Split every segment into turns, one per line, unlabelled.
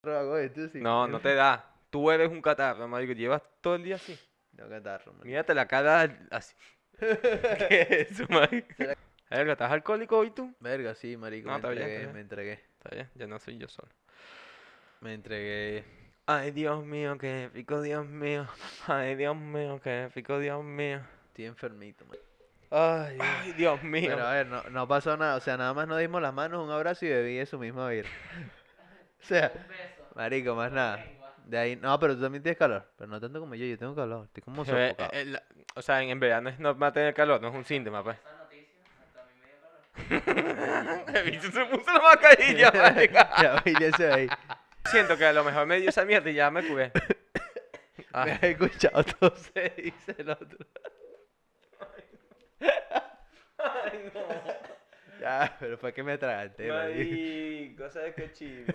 trago este, sí.
No, no te da. Tú eres un catarro, marico. Llevas todo el día así.
No, catarro, man.
Mírate la cara así. ¿Qué es eso, marico? Verga, ¿estás alcohólico hoy tú?
Verga, sí, marico, me
No, está bien,
entregué,
está
me
bien.
entregué.
Está bien, ya no soy yo solo.
Me entregué.
Ay, Dios mío, qué rico, Dios mío. Ay, Dios mío, qué rico, Dios mío.
Estoy enfermito, man.
Ay, Dios, mío.
Pero a ver, no, no pasó nada. O sea, nada más nos dimos las manos, un abrazo y bebí eso mismo birra. o sea, marico, más nada. De ahí, no, pero tú también tienes calor. Pero no tanto como yo, yo tengo calor. Estoy como
Se ve,
sofocado.
eh, la- o sea, en, en verano es normal tener calor, no es un síntoma, pues. El bicho se puso la mascarilla, eh, marico.
ya, vi, ya se ve ahí.
Siento que a lo mejor me dio esa mierda y ya me cubé. Ah,
Me has escuchado todo se dice el otro. ya, pero fue que me atraganté, marico.
marico, ¿sabes qué chido?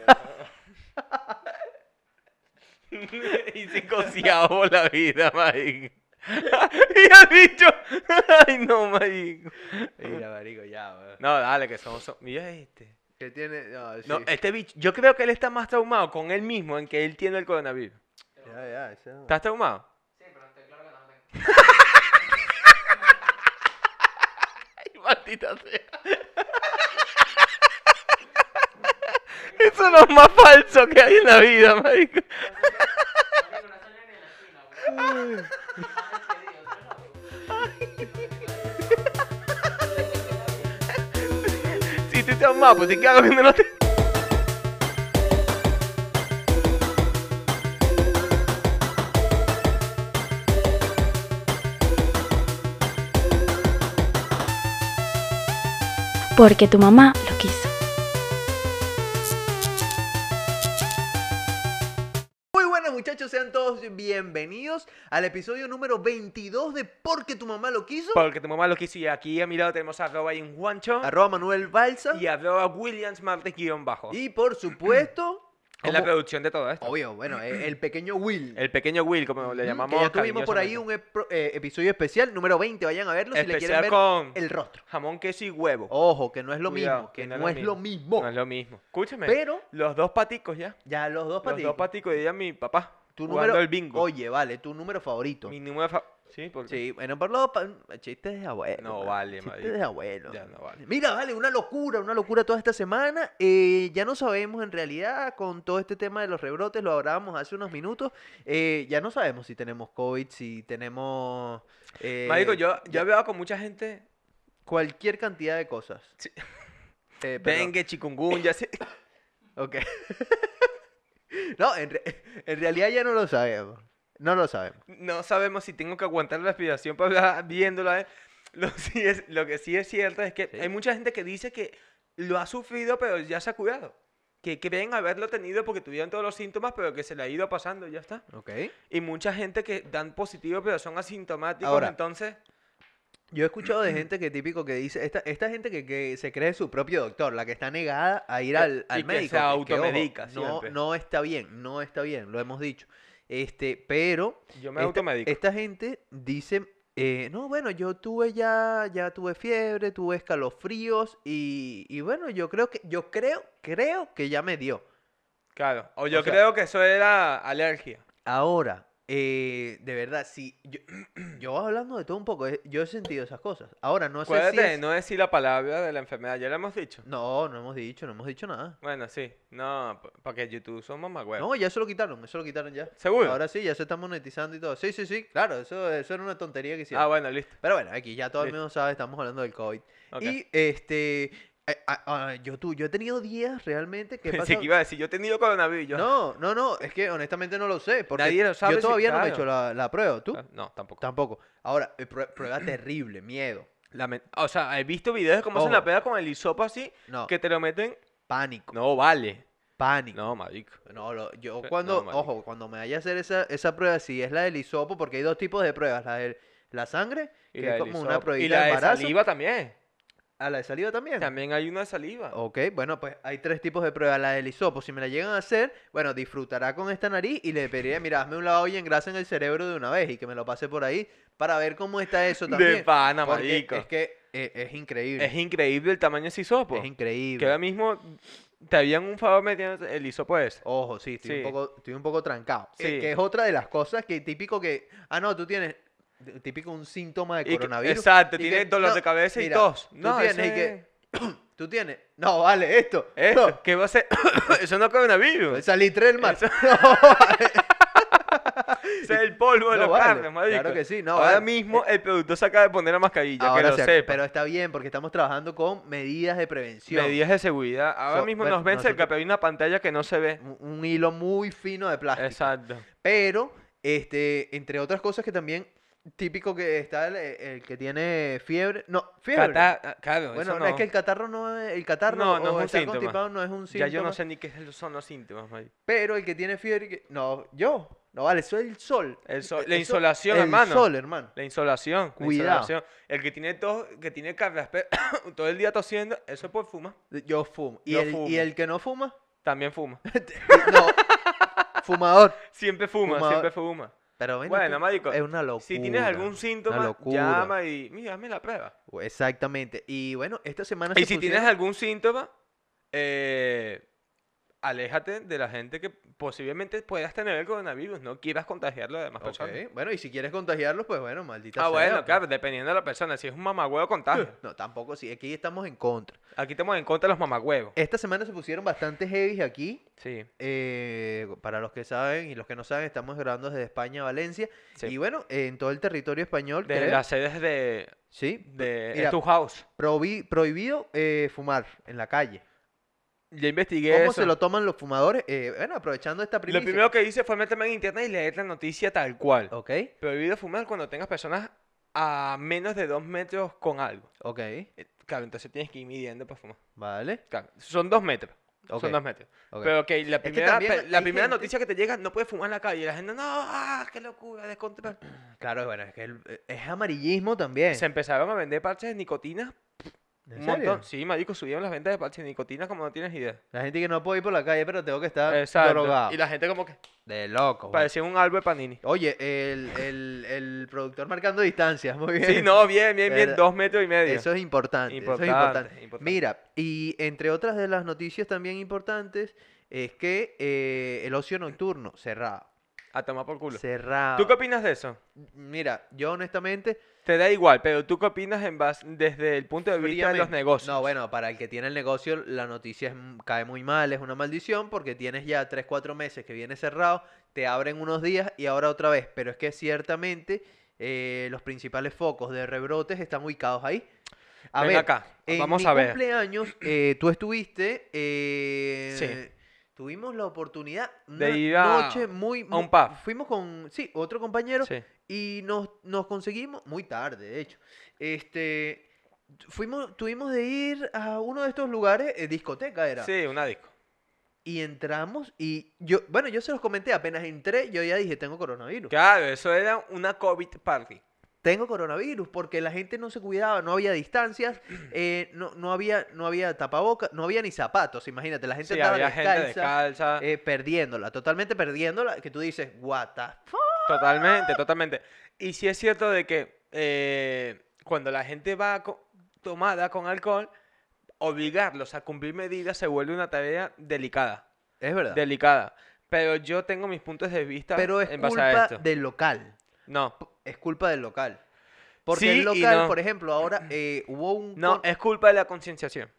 y se cociaba la vida, marico. y el bicho, ay no, marico.
Mira, marico, ya, weón.
No, dale, que somos... so- Mira este.
¿Qué tiene? No, sí.
No, este bicho, yo creo que él está más traumado con él mismo en que él tiene el coronavirus.
Ya, ya, ese no.
¿Estás traumado? Sí, pero estoy claro que no tengo. Ay, maldita sea. Eso es lo más falso que hay en la vida, marico. Si tú estás mal, pues te quedas viendo la tele.
Porque tu mamá lo quiso.
Muy buenas muchachos, sean todos bienvenidos al episodio número 22 de Porque tu mamá lo quiso.
Porque tu mamá lo quiso y aquí a mi lado tenemos a arroba y un guancho
Arroba Manuel Balsa.
y arroba Williams Martes guión bajo.
Y por supuesto,
En la
como-
producción de todo esto.
obvio, bueno, eh, el pequeño Will.
El pequeño Will, como le
Ujú,
llamamos.
que ya tuvimos por ahí
cariñosamente.
un epro- eh, episodio especial, número 20, vayan a verlo si le quieren
Especial
ver
con-
el rostro.
Jamón, queso y huevo.
Ojo, que no es lo
Cuidado,
mismo, que no, es lo mismo.
No es lo mismo. Escúchame.
Pero
Los dos paticos ya.
ya los dos
Los dos
patitos.
paticos y ella mi papá.
Tu
jugando
número
el bingo.
Oye, vale, tu número favorito.
Mi número fa- Sí, porque.
Sí, bueno, por los pa- chistes de abuelo.
No
mano,
vale,
Chistes
marico.
de abuelo.
Ya no vale.
Mira, vale, una locura, una locura toda esta semana. Eh, ya no sabemos en realidad con todo este tema de los rebrotes, lo hablábamos hace unos minutos. eh, ya no sabemos si tenemos COVID, si tenemos... eh,
Marico, yo, yo
ya-
he hablado con mucha gente.
Cualquier cantidad de cosas.
Sí.
Eh, pero-
Dengue, chikungunya. sí.
Ok. no, en, re- en realidad ya no lo sabemos. No lo sabemos.
No sabemos si tengo que aguantar la respiración para hablar viéndola. eh. Lo, sí es, lo que sí es cierto es que
Sí.
hay mucha gente que dice que lo ha sufrido, pero ya se ha curado. Que creen haberlo tenido porque tuvieron todos los síntomas, pero que se le ha ido pasando, ya está.
Ok.
Y mucha gente que dan positivo, pero son asintomáticos,
Ahora.
entonces.
Yo he escuchado de gente que típico que dice, esta, esta gente que, que se cree su propio doctor, la que está negada a ir al, al
Eh, y que se
médico. ojo,
automedica
no,
siempre.
no está bien, no está bien, lo hemos dicho. Este, pero
Yo me
esta,
automedico.
esta gente dice, eh, no, bueno, yo tuve ya, ya tuve fiebre, tuve escalofríos y, y bueno, yo creo que, yo creo, creo que ya me dio.
Claro. O yo
sea-
creo que eso era alergia.
Ahora, eh, de verdad, si yo, yo hablando de todo un poco, eh, yo he sentido esas cosas. Ahora, no sé si
Acuérdate de
es-
no decir la palabra de la enfermedad, ya lo hemos dicho.
No, no hemos dicho, no hemos dicho nada.
Bueno, sí. No, p- porque YouTube son mamagüeos.
No, ya se lo quitaron, eso lo quitaron ya.
¿Seguro?
Ahora sí, ya se está monetizando y todo. Sí, sí, sí, claro, eso, eso era una tontería que hicieron.
ah, bueno, listo.
Pero bueno, aquí ya todo el
Listo.
mundo sabe, estamos hablando del COVID.
Ok.
Y este, eh, ah, ah, yo tú, yo he tenido días realmente que he
Pensé
pasado-
que iba a decir, yo he tenido coronavirus. yo-
No, no, no, es que honestamente no lo sé, porque
Nadie lo sabe
yo
si-
todavía no me he
claro.
hecho la, la prueba, ¿tú?
Ah, No, tampoco.
Tampoco. Ahora, eh, prue- prueba terrible, miedo,
Lamen- O sea, he visto videos de cómo hacen la
Ojo.
peda con el hisopo así,
No.
que te lo meten.
pánico,
No vale.
pánico.
No, marico.
No, lo- yo
Fe-
cuando,
no, marico.
ojo, cuando me vaya a hacer esa, esa prueba, si es la del hisopo, porque hay dos tipos de pruebas, la de la sangre,
Y
que
la
es
del
como una
hisopo.
pruebita
Y la
de
de
embarazo.
saliva también.
A la de saliva también.
También hay una de saliva.
Ok, bueno, pues hay tres tipos de pruebas. La del hisopo, si me la llegan a hacer, bueno, disfrutará con esta nariz y le pediré, mira, hazme un lavado y engrasa en el cerebro de una vez y que me lo pase por ahí para ver cómo está eso también.
de pana,
Porque
marico.
Es que eh, es increíble.
Es increíble el tamaño de ese hisopo.
Es increíble.
Que ahora mismo te habían un favor metiendo el hisopo ese.
Ojo, sí, estoy,
Sí.
Un, poco, estoy un poco trancado. Que-
Sí.
Que, es otra de las cosas que típico que... Ah, no, tú tienes de- típico un síntoma de
Y que-
coronavirus.
exacto,
y
tienes
que,
dolor
no,
de cabeza y
mira,
tos.
Tú
No,
tienes,
eso
y
es-
que, tú tienes... No, vale, esto.
Esto,
no, Pues
¿qué va a ser? eso no es coronavirus. Eso
Salí tres del mar.
Eso-
No,
es el polvo de
No,
los
vale,
carnes, marico.
claro que sí, no,
Ahora
vale. eh,
mismo el productor se acaba de poner la mascarilla,
ahora
que lo
se-
sepa.
Pero está bien, porque estamos trabajando con medidas de prevención.
Medidas de seguridad. Ahora
So-
mismo
bueno,
nos ven cerca,
nosotros-
pero hay una pantalla que no se ve.
Un, un hilo muy fino de plástico.
Exacto.
Pero, este, entre otras cosas que también, típico que está el, el que tiene fiebre. No, fiebre.
Cata- ah, claro,
bueno,
eso
no,
no.
es que el catarro no es, el catarro
No, no es
o
un
estar
síntoma.
constipado no es un
Ya
síntoma.
yo no sé ni qué son los síntomas, marico.
Pero el que tiene fiebre, que- no, yo, no vale, eso es el sol.
El sol-
Eh,
la
eso-
insolación,
el
hermano.
sol, hermano.
La insolación. la
Cuidado.
insolación. El que tiene tos, que tiene carraspera todo el día tosiendo, eso es por fuma.
Yo fumo. ¿Y,
Yo
el,
fumo.
y el que no fuma,
También fuma.
no, fumador.
Siempre fuma,
Fumador.
siempre fuma.
Pero bueno,
Bueno,
tú-
marico,
es una locura.
Si tienes algún síntoma,
locura.
llama y mira, hazme la prueba.
Exactamente. Y bueno, esta semana
Y
se
si
pusieron-
tienes algún síntoma, eh, aléjate de la gente que posiblemente puedas tener el coronavirus. No quieras contagiarlo a demás
Ok,
personas.
Bueno, y si quieres contagiarlos, pues bueno, maldita
Ah,
sea,
bueno,
pues.
claro, dependiendo de la persona. Si es un mamagüevo, contagio.
No, tampoco, sí, aquí estamos en contra.
Aquí estamos en contra de los mamagüevos.
Esta semana se pusieron bastante heavy aquí.
Sí.
eh, para los que saben y los que no saben, estamos grabando desde España a Valencia.
Sí.
Y bueno, en todo el territorio español.
Desde
creo.
las sedes de,
Sí,
de
Mira.
tu house.
prohi- prohibido eh, fumar en la calle.
Ya investigué
¿Cómo
eso.
se lo toman los fumadores? Eh, bueno, aprovechando esta
Lo
primicia.
primero que hice fue meterme en internet y leer la noticia tal cual.
Ok,
Prohibido fumar cuando tengas personas a menos de dos metros con algo.
ok,
Eh, Claro, entonces tienes que ir midiendo para fumar.
vale.
Claro, son dos metros.
Ok,
Son dos metros.
ok.
Pero que la
que
primera,
también
pe-
hay
la primera
gente-
noticia que te llega, no puedes fumar en la calle. Y la gente, no, ah, qué locura, descontrol.
Claro, bueno, es que el- es amarillismo también.
Se empezaron a vender parches de nicotina.
¿En
Un
serio?
montón. Sí, marico, subieron las ventas de parches de nicotina como no tienes idea.
La gente que no puede ir por la calle, pero tengo que estar
Exacto.
Ah, drogado.
Y la gente como que
De loco. güey.
parecía un álbum de panini.
Oye, el, el, el productor marcando distancias, muy bien.
Sí, no, bien, bien, bien,
Verdad.
dos metros y medio.
Eso es importante, eso es
Importante,
importante.
importante.
Mira, y entre otras de las noticias también importantes es que eh, el ocio nocturno, cerrado.
A tomar por culo.
Cerrado.
¿Tú qué opinas de eso?
Mira, yo honestamente...
Te da igual, pero ¿tú qué opinas en base, desde el punto de vista de los
fríamente-
negocios?
No, bueno, para el que tiene el negocio, la noticia es- cae muy mal, es una maldición, porque tienes ya 3, 4 meses que viene cerrado, te abren unos días y ahora otra vez. Pero es que ciertamente eh, los principales focos de rebrotes están ubicados ahí. A
Ven
ver,
acá,
en
vamos
Eh, mi
a ver.
cumpleaños eh, tú estuviste... eh,
Sí.
Tuvimos la oportunidad
De
una
ir a-
noche muy,
a
muy-
un pub.
Fuimos con, sí, otro compañero
Sí.
y nos, nos conseguimos, muy tarde de hecho, este, fuimos, tuvimos de ir a uno de estos lugares, eh, discoteca era,
Sí, una disco.
y entramos y yo, bueno, yo se los comenté, apenas entré, yo ya dije, tengo coronavirus,
Claro, eso era una COVID party.
tengo coronavirus, porque la gente no se cuidaba, no había distancias, eh, no, no había, no había tapabocas, no había ni zapatos, imagínate, la gente
Sí,
andaba
había gente
descalza,
descalza.
eh, perdiéndola, totalmente perdiéndola, que tú dices, what the fuck,
Totalmente, totalmente. Y sí es cierto de que eh, cuando la gente va co- tomada con alcohol, obligarlos a cumplir medidas se vuelve una tarea delicada.
es verdad,
Delicada. Pero yo tengo mis puntos de vista
pero es
en base a
culpa
esto.
del local.
No,
es culpa del local. Porque
Sí y
el local,
no.
por ejemplo, ahora eh, hubo un...
no,
con-
es culpa de la concienciación.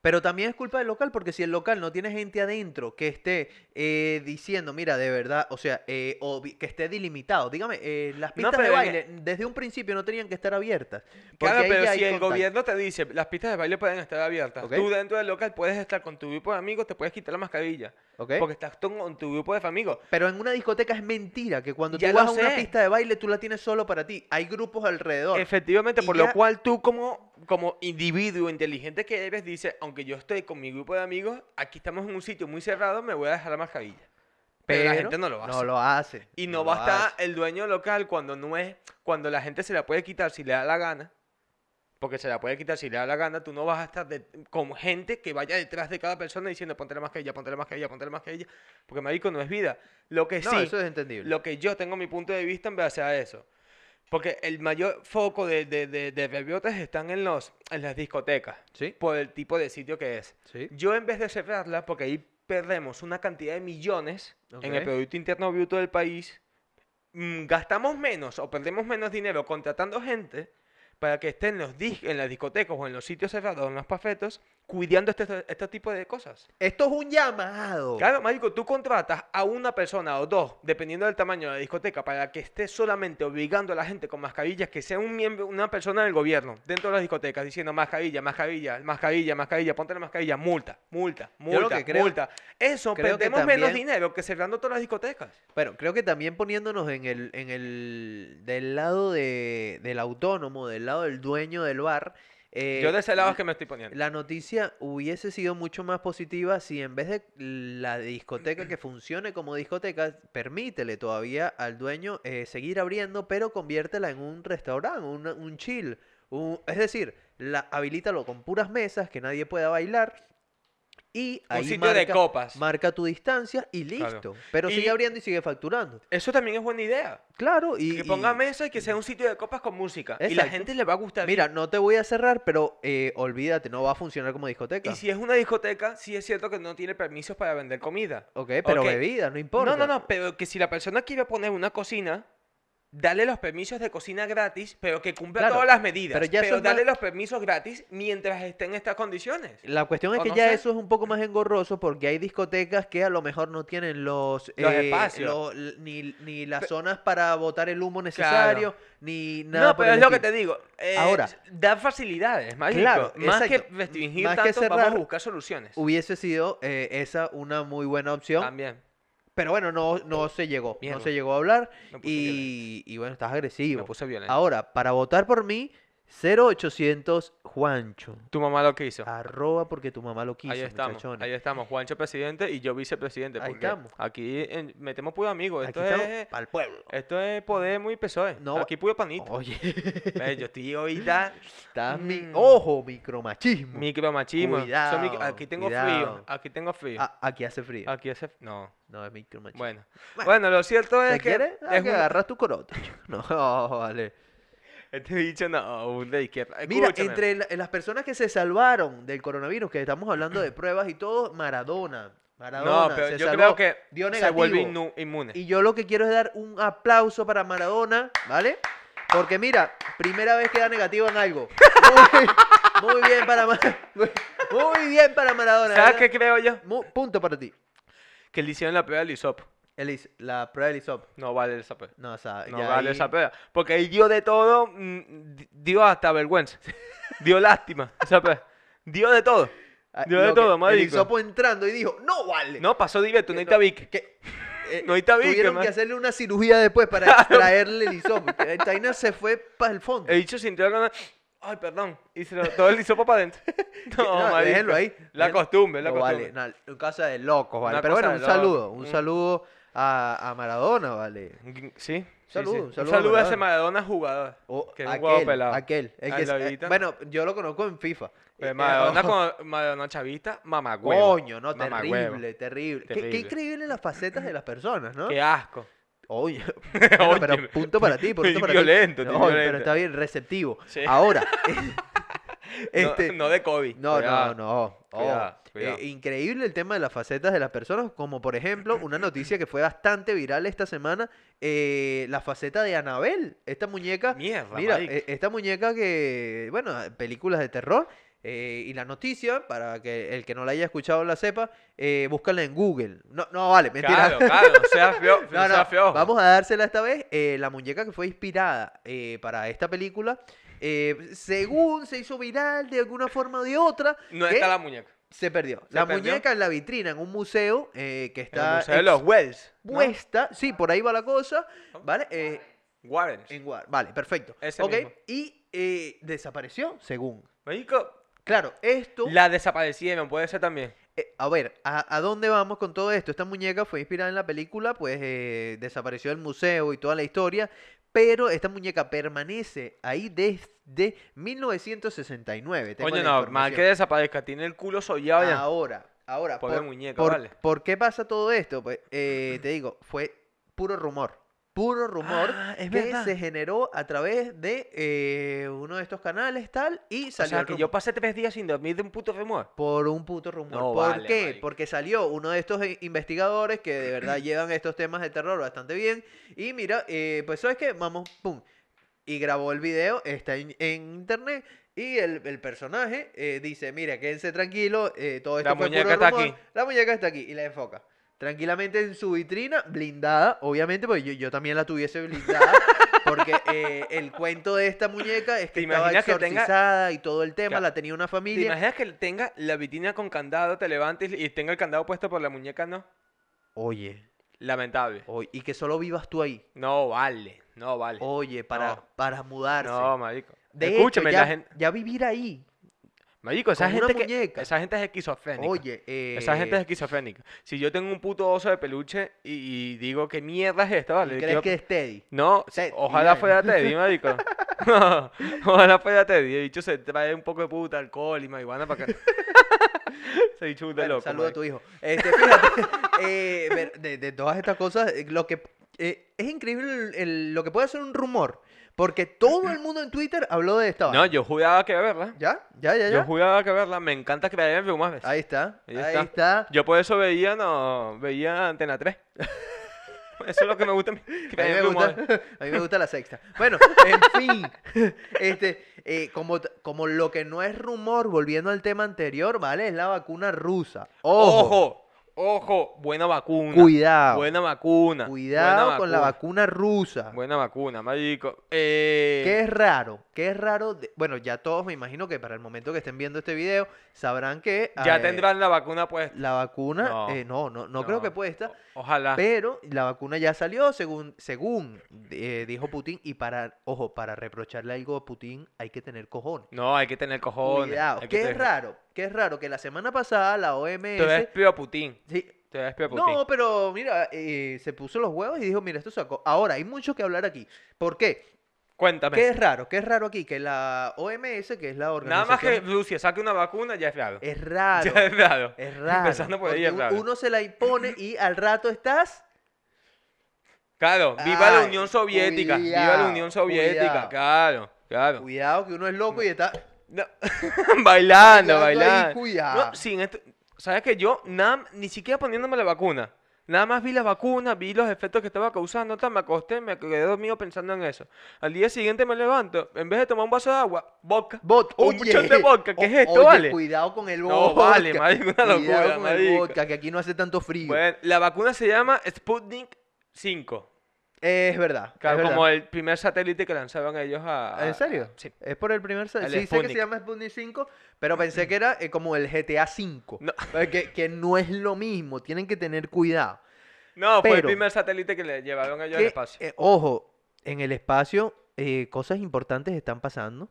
Pero también es culpa del local, porque si el local no tiene gente adentro que esté eh, diciendo, mira, de verdad, o sea, eh, obvi- que esté delimitado. Dígame, eh, las
No,
pistas de
pero en
baile desde un principio no tenían que estar abiertas. porque
Claro,
ahí
pero
ya
si
hay
el
contagio.
gobierno te dice, las pistas de baile pueden estar abiertas.
Ok.
Tú dentro del local puedes estar con tu grupo de amigos, te puedes quitar la mascarilla.
¿ok?
Porque estás tú con tu grupo de amigos.
Pero en una discoteca es mentira que cuando
Ya
tú
lo
vas a una
sé.
pista de baile tú la tienes solo para ti. Hay grupos alrededor.
Efectivamente,
Y
por
ya-
lo cual tú como, como individuo inteligente que eres, dices, aunque yo estoy con mi grupo de amigos, aquí estamos en un sitio muy cerrado, me voy a dejar la mascarilla. Pero, la gente no lo hace.
No lo hace.
Y no,
lo
va a estar
hace.
el dueño local cuando no es, cuando la gente se la puede quitar si le da la gana. Porque se la puede quitar si le da la gana, tú no vas a estar de- con gente que vaya detrás de cada persona diciendo ponte la mascarilla, ponte la mascarilla, ponte la mascarilla. Porque marico no es vida. Lo que
No,
eh, sí,
eso es entendible.
lo que yo tengo mi punto de vista en base a eso. Porque el mayor foco de, de, de, de bebiotas están en, los, en las discotecas,
Sí,
por el tipo de sitio que es.
sí.
Yo en vez de cerrarla, porque ahí perdemos una cantidad de millones en el
Ok.
Producto Interno Bruto del país, mm, gastamos menos o perdemos menos dinero contratando gente para que esté en, los dis- en las discotecas o en los sitios cerrados, en los pafetos, cuidando este, este tipo de cosas.
Esto es un llamado.
Claro, marico, tú contratas a una persona o dos, dependiendo del tamaño de la discoteca, para que esté solamente obligando a la gente con mascarillas que sea un miembro, una persona del gobierno dentro de las discotecas, diciendo mascarilla, mascarilla, mascarilla, mascarilla, ponte la mascarilla, multa, multa,
Yo lo que
multa,
creo-
multa. Eso
creo que
perdemos menos
también-
dinero que cerrando todas las discotecas.
Bueno, creo que también poniéndonos en el, en el del lado de, del autónomo, del lado del dueño del bar. eh,
Yo de ese lado es que me estoy poniendo.
La noticia hubiese sido mucho más positiva si en vez de la discoteca que funcione como discoteca, permítele todavía al dueño eh, seguir abriendo, pero conviértela en un restaurante, una- un chill. un- es decir, la, habilítalo con puras mesas que nadie pueda bailar. Y ahí
un sitio de
marca,
copas.
marca tu distancia y
Claro.
listo. Pero
Y-
sigue abriendo y sigue facturando.
Eso también es buena idea.
Claro, y.
que
y-
ponga mesa y que sea un sitio de copas con música. Y la
Exacto.
gente le va a gustar.
Mira, no te voy a cerrar, pero eh, olvídate, no va a funcionar como discoteca.
Y si es una discoteca, sí es cierto que no tiene permisos para vender comida.
Ok, pero
Ok.
bebida, no importa.
No, no, no, pero que si la persona quiere poner una cocina, dale los permisos de cocina gratis, pero que cumpla
Claro,
todas las medidas.
pero ya eso es
dale
más-
los permisos gratis mientras esté en estas condiciones.
La cuestión es
O
que
no
ya
sé.
eso es un poco más engorroso porque hay discotecas que a lo mejor no tienen los, eh,
Los espacios.
lo- l- ni, ni las zonas para botar el humo necesario,
Claro.
ni nada.
No,
por
pero es
el
lo que
estilo.
te digo. eh,
Ahora.
Dar facilidades, marico.
Claro,
Más
exacto.
que restringir
Más que
tanto, vamos
cerrar,
a buscar soluciones.
Hubiese sido eh, esa una muy buena opción.
También.
Pero bueno, no, no se llegó.
Mierda.
No se llegó a hablar.
Me puse
Y, y bueno, estás
Me
agresivo.
puse violento.
Ahora, para votar por mí, 0800 Juancho.
Tu mamá lo quiso.
Arroba porque tu mamá lo quiso,
ahí estamos.
Ah, muchachones.
Ahí estamos. Juancho presidente y yo vicepresidente.
Ahí
porque
estamos.
Aquí en- metemos puro amigos.
Aquí
Esto
estamos
es.
para el pueblo.
Esto es Podemos y PSOE.
No,
E. aquí puro panito.
Oye.
Ve, yo estoy ahorita
Estás mi...
Mm.
Ojo, micromachismo.
micromachismo. Soy mic-
Cuidado,
Aquí tengo
cuidado.
frío. Aquí tengo frío.
Ah, aquí hace frío.
Aquí hace. No.
No, es micromachismo.
Bueno.
Bueno.
Bueno, lo cierto es
¿Te
que.
quieres? Ah,
es
que
un-
agarras tu coroto. chico. No, vale.
Este bicho no, un de izquierda.
Mira,
Escúchame.
entre la- las personas que se salvaron del coronavirus, que estamos hablando de pruebas y todo, Maradona. Maradona
No, pero
se
yo
salvó,
creo que
dio
se
negativo.
vuelve innu- inmune.
Y yo lo que quiero es dar un aplauso para Maradona, ¿vale? Porque mira, primera vez que da negativo en algo. Muy, muy bien para Maradona. Muy bien para Maradona.
¿Sabes
¿verdad?
qué creo yo?
Mu- punto para ti.
Que le hicieron la prueba al ISOP. Elis.
La prueba del ISOP.
No vale esa prueba.
No, o sea,
No
ya
vale
ahí-
esa prueba. Porque ahí dio de todo. mm, di- Dio hasta vergüenza. Dio lástima. esa prueba. Dio de todo.
ah,
Dio de
lo
todo,
que- El
marico.
ISOP entrando y dijo, no vale.
No, pasó directo. No hay tabique.
Que, eh,
No hay tabique,
Tuvieron
man.
que hacerle una cirugía después para extraerle el ISOP. El Tainer se fue para el fondo.
He dicho sin ganas. Ay, perdón. Y se lo, todo el hisopo para adentro. No,
No, déjenlo
marico.
ahí.
La
Déjenlo.
costumbre, la
no
costumbre.
vale, na- en casa de locos, vale.
Una
Pero bueno,
cosa
un
de locos.
saludo, un
Mm.
saludo a, a Maradona, vale.
Sí, Sí.
Saludo,
sí.
un
Un
saludo
saludo,
a
a ese Maradona jugador.
O
que es un guapo
aquel,
pelado.
aquel. el
Ah,
que
¿lo
es- eh,
editan?
bueno, yo lo conozco en FIFA.
Pero
Eh,
Maradona,
ojo,
Pues, con, Maradona chavista, mamagüevo.
Coño, no,
Mamagüevo.
terrible, terrible. Qué- Qué,
Terrible.
increíble las facetas de las personas, ¿no?
Qué asco.
Oye, bueno, pero
Óyeme.
punto para ti, punto
Estoy
para
violento,
ti.
estoy
No, pero
violento.
está bien, receptivo.
Sí.
Ahora,
No-
este,
no, de Kobe.
No,
Cuidado.
no, no. Oh,
Cuidado, cuidado.
eh, increíble el tema de las facetas de las personas, como por ejemplo una noticia que fue bastante viral esta semana, eh, la faceta de Anabel, esta muñeca,
Mierda,
mira,
marico.
eh, esta muñeca que, bueno, películas de terror. eh, y la noticia, para que el que no la haya escuchado la sepa, eh, búscala en Google. No, no, vale, mentira.
Claro, claro. no Sea feo. no
No,
sea
no,
feo.
vamos a dársela esta vez. eh, la muñeca que fue inspirada eh, para esta película, eh, según se hizo viral de alguna forma o de otra,
No
¿Qué?
está la muñeca.
se perdió.
¿Se
la
perdió?
muñeca en la vitrina, en un museo eh, que
En el
está
Museo de los Wells. ¿no?
expuesta. Sí, por ahí va la cosa. ¿Vale? Eh,
Warrens.
en Guar- Vale, perfecto.
Ese
ok,
mismo.
y eh, desapareció, según.
Marico,
Claro, esto.
la desaparecieron. Puede ser también.
eh, a ver, ¿a, a dónde vamos con todo esto? Esta muñeca fue inspirada en la película, pues eh, desapareció del museo y toda la historia. Pero esta muñeca permanece ahí desde 1969. tengo
Coño,
la
no. Mal
información.
que desaparezca. Tiene el culo sollado ya.
Ahora, ahora.
Pobre muñeca, vale.
¿por qué pasa todo esto? Pues eh, te digo, fue puro rumor. puro rumor
Ah, es
que
verdad.
se generó a través de eh, uno de estos canales tal y
O
salió
sea,
el
que
rumor.
yo pasé tres días sin dormir de un puto rumor.
Por un puto rumor.
No
¿Por
vale,
qué?
marico.
Porque salió uno de estos eh, investigadores que de verdad llevan estos temas de terror bastante bien. Y mira, eh, pues sabes que vamos, pum. Y grabó el video, está en, en internet. Y el, el personaje eh, dice: Mira, quédense tranquilo, eh, todo esto
La
fue
muñeca
puro
está
rumor".
aquí.
La muñeca está aquí y la enfoca. Tranquilamente en su vitrina, blindada, obviamente, porque yo, yo también la tuviese blindada. Porque eh, el cuento de esta muñeca es
¿Te
que estaba
imaginas que tenga-
exorcizada y todo el tema,
Claro.
la tenía una
¿Te
familia.
imaginas que tenga la vitrina con candado, te levantes y tenga el candado puesto por la muñeca? No.
Oye,
Lamentable.
Oy- y que solo vivas tú ahí.
No vale, no vale.
Oye, para,
No.
para mudarse.
No, marico.
de hecho,
Escúchame,
ya,
la gente.
ya vivir ahí.
Marico, esa
con una
gente, que,
muñeca.
esa gente es esquizofrénica.
Oye, eh,
Esa gente es esquizofrénica. Si yo tengo un puto oso de peluche y, y digo, ¿qué mierda es esta? Vale,
¿y
Le
¿crees
quiero-
que es Teddy?
No,
Ted, y
ojalá
ya.
fuera Teddy, marico. ojalá fuera Teddy. El bicho se trae un poco de puta, alcohol y marihuana para acá. se bicho de
Bueno,
loco.
saluda a
marico.
tu hijo. Este, fíjate, eh, ver- de, de todas estas cosas, eh, lo que eh, es increíble el- el- lo que puede ser un rumor. Porque todo el mundo en Twitter habló de esta
No,
vaina.
yo juraba que verla.
¿Ya? ¿Ya, ya,
Yo
ya?
juraba que verla. Me encanta que la vean más veces.
Ahí está.
Ahí
Ahí,
está.
está.
Yo por eso veía, no, veía Antena 3. Eso es lo que me gusta a mí. que
A mí,
vean
me
rumores.
gusta, a mí me gusta la sexta. Bueno, en fin. Este, eh, como, t- como lo que no es rumor, volviendo al tema anterior, ¿vale? Es la vacuna rusa. Ojo,
Ojo, ojo, buena vacuna.
cuidado.
Buena vacuna.
cuidado
buena
con la vacuna rusa.
Buena vacuna, marico. Eh,
Que es raro, que es raro. de- bueno, ya todos me imagino que para el momento que estén viendo este video sabrán que
Ya
eh,
tendrán la vacuna puesta.
la vacuna. eh,
No,
No, no, no, creo
no,
que puesta.
o- ojalá.
Pero la vacuna ya salió, según, según eh, dijo Putin. Y para, ojo, para reprocharle algo a Putin hay que tener cojones.
No, hay que tener cojones.
Cuidado,
hay que
que es
tener-
raro, que es raro que la semana pasada la OMS...
Te despido a Putin.
sí,
Te despido a Putin.
no, pero mira, eh, se puso los huevos y dijo, mira, esto sacó. Ahora, hay mucho que hablar aquí. ¿Por qué?
Cuéntame.
¿Qué es raro? ¿Qué es raro aquí? Que la OMS, que es la
Nada
organización...
más que Rusia saque una vacuna, ya es raro.
Es raro,
Ya es raro.
es raro.
Empezando por ahí
porque
es
un-
raro.
Uno se la impone y al rato estás...
Claro, viva la
Ay,
Unión Soviética. viva la
cuidado,
Unión Soviética.
cuidado.
Claro, claro.
Cuidado que uno es loco y está...
No, bailando,
Cuidado ahí,
bailando.
cuidado.
No, sin esto- ¿Sabes que yo nada, ni siquiera poniéndome la vacuna? Nada más vi la vacuna, vi los efectos que estaba causando, tal, me acosté, me quedé dormido pensando en eso. Al día siguiente me levanto, en vez de tomar un vaso de agua, vodka.
Bot,
Un
oye,
shot de vodka, ¿qué
o-
es esto,
oye,
vale?
Cuidado con el vodka.
No, vale, marico, una locura,
Cuidado con el
marico.
vodka, que aquí no hace tanto frío.
Bueno, la vacuna se llama Sputnik 5.
es verdad.
Claro,
es
como
verdad.
el primer satélite que lanzaban ellos a... a-
¿En serio?
Sí.
Es por el primer sa-
El
Sí, sé que
Sputnik.
se llama Sputnik 5, pero pensé que era eh, como el GTA 5.
No.
Que, que no es lo mismo, tienen que tener cuidado.
No, fue el
Pero-
primer satélite que le llevaron ellos al
Que,
espacio.
eh, ojo, en el espacio eh, cosas importantes están pasando.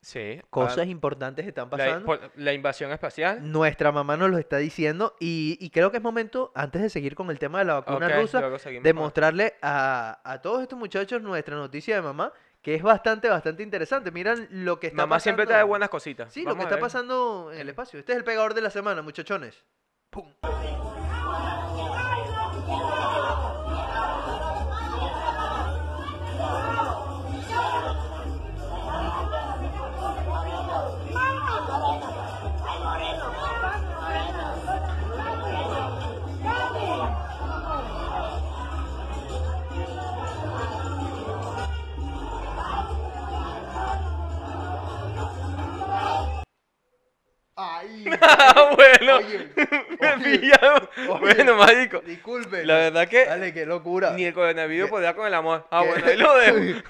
sí. ah,
Cosas importantes están
la,
pasando.
por- la invasión espacial.
Nuestra mamá nos lo está diciendo y, y creo que es momento, antes de seguir con el tema de la vacuna
Ok,
rusa,
luego seguimos con-
demostrarle a, a todos estos muchachos nuestra noticia de mamá, que es bastante, bastante interesante. Miran lo que está
Mamá siempre
pasando-
trae buenas cositas.
Sí, lo
Vamos
que
a
está
ver.
pasando en el espacio. Este es el pegador de la semana, muchachones. Pum. Ay,
Ah, bueno.
Oye,
Me
oye,
pillaron.
oye.
Bueno, marico.
disculpe.
La verdad que
Dale, qué locura.
ni el coronavirus
que-
podía con el amor. Ah,
que-
bueno, ahí lo dejo.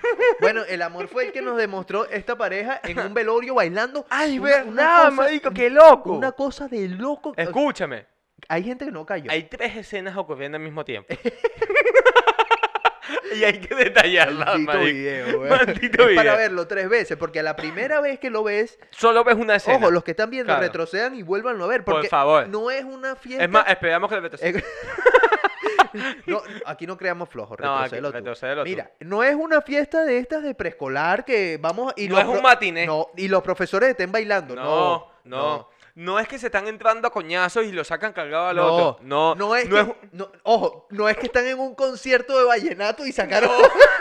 Bueno, el amor fue el que nos demostró esta pareja en un velorio bailando.
Ay,
Una- una
verdad,
cosa-
marico, qué Ah, loco.
Una cosa de loco. O sea,
Escúchame.
Hay gente que no cayó.
Hay tres escenas ocurriendo al mismo tiempo. y hay que detallarlas,
Maldito
marico.
video, weón.
Maldito
Es para
video.
verlo tres veces, porque la primera vez que lo ves,
Solo ves una escena.
ojo, los que están viendo
Claro.
retrocedan y vuelvan a ver.
Por
Porque
favor.
No es una fiesta.
Es más, esperamos que la retroceda.
Eh, no, aquí no creamos flojos,
No, aquí-
retrocédelo tú.
retrocédelo tú.
Mira, no es una fiesta de estas de preescolar que vamos y
No
los
es un
pro-
matiné.
No, y los profesores estén bailando.
No,
No,
no. No es que se están entrando a coñazos y lo sacan cargado al
no,
otro. No,
no es, que, no- ojo, no es que están en un concierto de vallenato y sacaron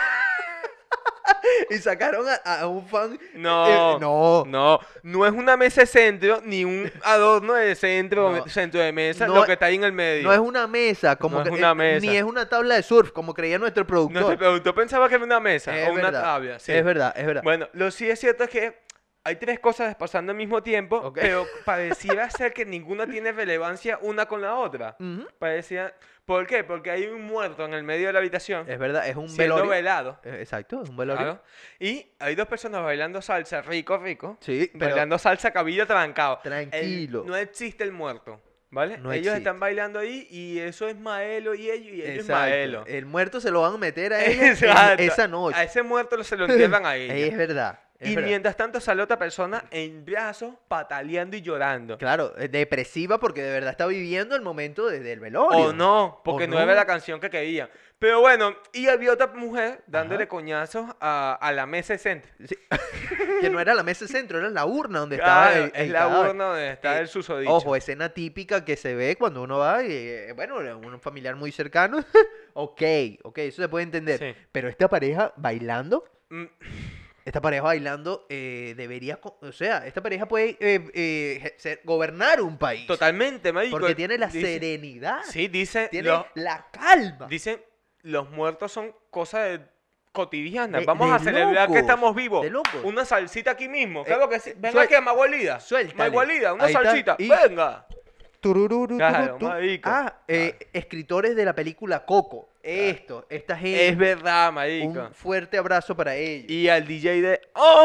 y sacaron a, a un fan. eh,
No,
no,
No, no es una mesa de centro ni un adorno de centro,
No.
centro de mesa,
No
lo
es-
que está ahí en el medio.
no es una mesa, como
No es
que-
una
eh,
mesa.
ni es una tabla de surf, como creía nuestro productor.
Nuestro productor pensaba que era una mesa
Es
o una
verdad,
tabla. sí.
Es verdad, es verdad.
Bueno, lo sí es cierto es que hay tres cosas pasando al mismo tiempo,
Ok.
pero pareciera ser que ninguna tiene relevancia una con la otra.
Ujú,
Parecía... ¿Por qué? Porque hay un muerto en el medio de la habitación,
Es verdad, es un
siendo
velorio.
velado.
Eh, Exacto, es un velorio.
claro, Y hay dos personas bailando salsa, rico, rico.
Sí, pero
bailando salsa cabello trancado. El-
Tranquilo.
no existe el muerto, ¿vale?
No
ellos
existe.
están bailando ahí y eso es Maelo y ellos y ellos es
exacto,
Maelo.
el muerto se lo van a meter a ella en
Exacto.
esa
A
noche.
ese muerto lo- se lo entierran a ella.
Es verdad. es
y
verdad.
mientras tanto sale otra persona en brazos, pataleando y llorando.
Claro, eh, depresiva porque de verdad está viviendo el momento desde el velorio.
O no, porque
O
no,
no.
era la canción que quería. Pero bueno, y había otra mujer dándole coñazos a, a la mesa de centro.
Sí. que no era la mesa de centro, era la urna donde estaba
Claro,
el-
es
el
la
cadáver.
urna donde está
Eh,
el susodicho.
Ojo, escena típica que se ve cuando uno va y, eh, bueno, un familiar muy cercano. ok, ok, eso se puede entender.
Sí.
Pero esta pareja bailando,
Mm,
esta pareja bailando eh, debería, co- o sea, esta pareja puede eh, eh, je- ser- gobernar un país.
Totalmente, marico.
Porque tiene la
Dice-
serenidad,
Sí, dice.
tiene
los-
la calma.
Dicen, los muertos son cosas de- cotidianas.
De-
Vamos
de
a celebrar que
locos,
estamos vivos.
de locos.
Una salsita aquí mismo.
Eh,
Claro que sí. Venga
suel-
que magualida.
suéltale.
Magualida, una
Ahí está,
salsita.
y-
Venga.
Turururu,
Claro,
turu, tu-
marico.
Ah, eh, escritores de la película Coco. Esto, esta gente.
Es verdad, marica.
Un fuerte abrazo para ellos.
Y al DJ de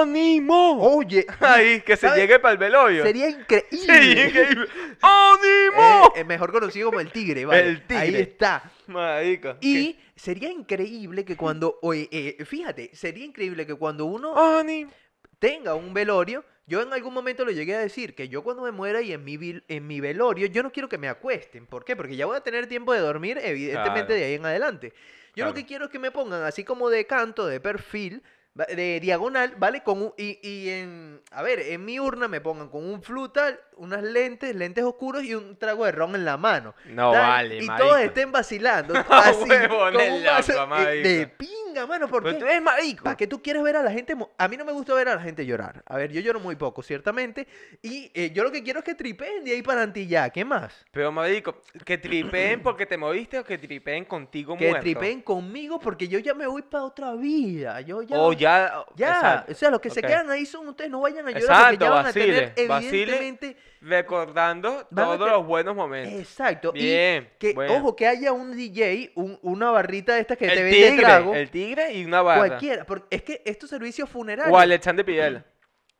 ¡Ánimo!
Oye,
Ahí, que se
¿sabes?
llegue para el velorio.
Oh. sería increíble.
Sí, increíble.
Eh,
¡Ánimo!
eh, mejor conocido como el tigre, ¿vale?
El tigre.
Ahí está.
Marica.
Y sería increíble que cuando, oye, eh, fíjate, sería increíble que cuando uno
¡Ánimo!
tenga un velorio, yo en algún momento lo llegué a decir, que yo cuando me muera y en mi, vil- en mi velorio, yo no quiero que me acuesten. ¿Por qué? Porque ya voy a tener tiempo de dormir, evidentemente,
Claro.
de ahí en adelante. Yo
Claro.
lo que quiero es que me pongan así como de canto, de perfil, va- de diagonal, ¿vale? Con un- y, y en, a ver, en mi urna me pongan con un flutal, unas lentes, lentes oscuros y un trago de ron en la mano.
No
Tal,
vale,
y
marica.
todos estén vacilando. así,
Huevo,
con
nel
un
loco,
vaso, eh, de
marica.
pinga, mano, ¿por
Pero
qué?
tú eres marico.
¿Para qué tú quieres ver a la gente? mo- A mí no me gusta ver a la gente llorar. A ver, yo lloro muy poco, ciertamente. Y eh, yo lo que quiero es que tripen de ahí para Antillá. ¿Qué más?
Pero, marico, que tripeen porque te moviste o que tripeen contigo
Que
muerto.
tripen conmigo porque yo ya me voy para otra vida. Yo ya.
O Oh, ya.
ya.
exacto.
O sea, los que
ok.
se quedan ahí son ustedes. No vayan a llorar
Exacto,
porque ya van a
vacile,
tener
vacile.
evidentemente.
Recordando
Van a
todos
te-
los buenos momentos.
Exacto.
Bien,
y que,
bueno.
ojo, que haya un DJ, un- una barrita de estas que te
el
vende
tigre,
trago.
el tigre y una barra.
Cualquiera. Porque es que estos servicios funerarios.
O Alexander Pidel.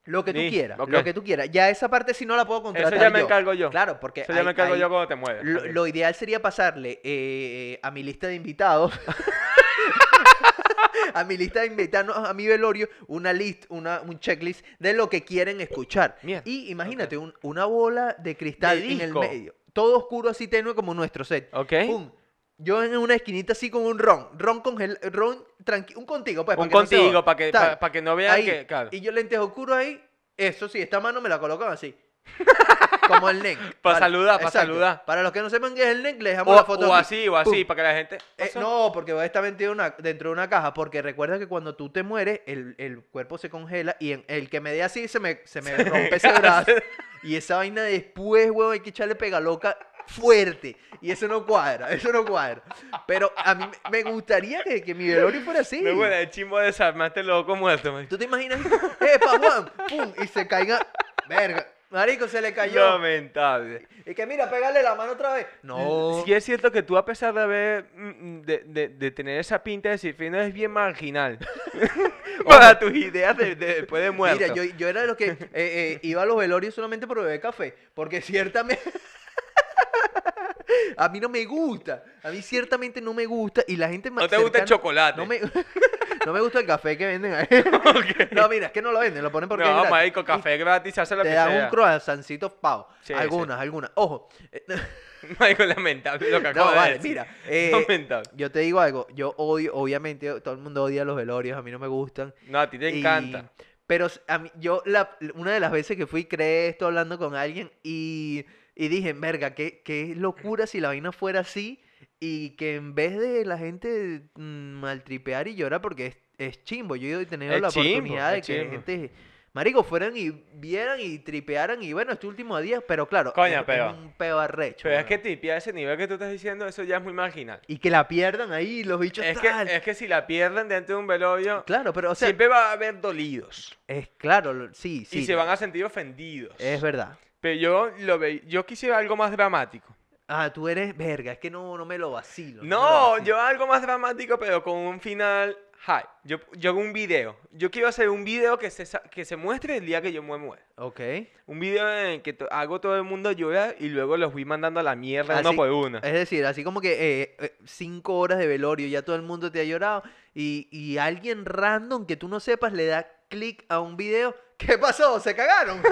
Lo que tú
Sí,
quieras,
ok.
lo que tú quieras. Ya esa parte si no la puedo
Eso
contratar
ya me
yo.
encargo yo.
Claro, porque
Eso ya
ahí-
me encargo
ahí
yo cuando te mueves.
lo,
Ok.
lo ideal sería pasarle eh, a mi lista de invitados, a mi lista de invitados, a mi velorio, una list, una, un checklist de lo que quieren escuchar.
Mierda.
Y imagínate un- una bola de cristal
De
en el
disco. ¿Eh?
medio, todo oscuro así tenue como nuestro set.
Ok.
Pum. Yo en una esquinita así con un ron, ron congel, ron tranquilo, un contigo, pues.
Un
para que no se
contigo,
joda.
para que,
Tal.
pa- pa' que no vean
Ahí,
que. Claro.
Y yo lentes oscuros ahí. Eso sí, esta mano me la colocan así. Como el NEC.
Pa' saludar, pa' saludar.
Para los que no sepan qué es el NEC, les dejamos
O,
la foto.
o
aquí.
así, o
Pum.
así, para que la gente.
Eh,
O sea,
no, porque va a estar metido en una- dentro de una caja. Porque recuerda que cuando tú te mueres, el, el cuerpo se congela. Y en- el que me dé así se me, se me rompe ese brazo. Y esa vaina después, huevo, hay que echarle pega loca fuerte. Y eso no cuadra, eso no cuadra. Pero a mí me me gustaría que, que mi velorio fuera así.
Me huele el chimbo de desarmarte loco muerto. marico.
¿Tú te imaginas? ¡Epa, Juan! ¡Pum! Y se caiga. Verga. Marico, se le cayó.
Lamentable.
Y que mira, pegarle la mano otra vez. No.
Sí es cierto que tú a pesar de haber mm, de, de- de tener esa pinta de cifrino es bien marginal para tus ideas de, de después de muerto.
Mira, yo, yo era de los que eh, eh, iba a los velorios solamente por beber café. Porque ciertamente. a mí no me gusta. A mí ciertamente no me gusta. Y la gente más
no te gusta el
cercana-
chocolate.
No me, no me gusta el café que venden ahí. No, mira, es que no lo venden, lo ponen porque. es
no,
gratis.
marico, café gratis, hace lo
Te
que
dan
sea.
un croissantcito pavo.
Sí, sí.
algunas, algunas. Ojo. eh,
Marico, lamentable lo que acabo
No,
de
vale,
decir.
mira, eh,
lamentable.
Yo te digo algo, yo odio, obviamente todo el mundo odia los velorios, a mí no me gustan.
No, a ti te
y-
encanta.
Pero s- a mí- yo la, una de las veces que fui, creé esto hablando con alguien y, y dije, verga, qué, qué locura si la vaina fuera así y que en vez de la gente mm, maltripear y llorar porque es, es chimbo. Yo he tenido
Es
la
chimbo,
oportunidad de
es
que
chimbo.
gente, marico, fueran y vieran y tripearan y bueno, este último día, pero claro,
Coño,
es- es
pero-
un peo arrecho.
Pero es que
weón.
tipia ese nivel que tú estás diciendo, eso ya es muy marginal.
Y que la pierdan ahí los bichos
Es que,
tal.
es que si la pierden dentro de un velorio,
Claro, pero o sea,
siempre va a haber dolidos.
es claro, lo- sí, sí.
y se van a sentir ofendidos.
Es verdad.
Pero yo lo ve, yo quisiera algo más dramático.
Ah, tú eres verga, es que no, no me lo vacilo. me lo
No,
vacilo.
yo algo más dramático, pero con un final high. Yo, yo hago un video. Yo quiero hacer un video que se, sa- que se muestre el día que yo me muera.
Ok.
Un video en el que to- hago todo el mundo llorar y luego los voy mandando a la mierda
Así-
uno por uno.
Es decir, así como que eh, eh, cinco horas de velorio, ya todo el mundo te ha llorado y, y alguien random que tú no sepas le da clic a un video. ¿Qué pasó? ¿Se cagaron? eh,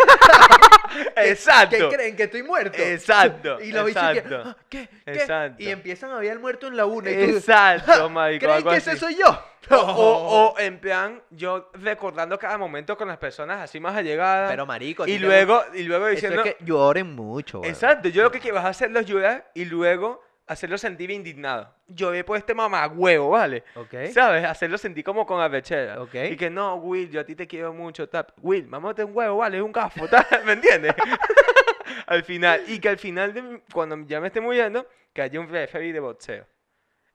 ¿Qué-
Exacto.
¿Qué creen? ¿Que estoy muerto?
Exacto,
Y los bichos que,
exacto.
"Ah, ¿Qué? ¿Qué?"
Exacto.
Y empiezan a ver al muerto en la una. Y tú,
Exacto, marico.
¿Creen
algo
que
así.
ese soy yo?
O, o- o en plan, yo recordando cada momento con las personas así más allegadas.
Pero marico. a
y
ti te-
luego, y luego
Eso
diciendo.
es que lloren mucho. weón.
Exacto, yo lo que quiero es hacerlos llorar y luego hacerlos sentir indignados. Lloré por este mamagüevo, ¿vale?
Ok.
¿Sabes? Hacerlos sentir como con arrechera.
¿Eh? Ok.
Y que no, Will, yo a ti te quiero mucho, tap. Will, mamá, un huevo, ¿vale? Es un gafo, tal, ¿Me entiendes? al final. Y que al final, de mi- cuando ya me esté muriendo, que haya un referee de boxeo.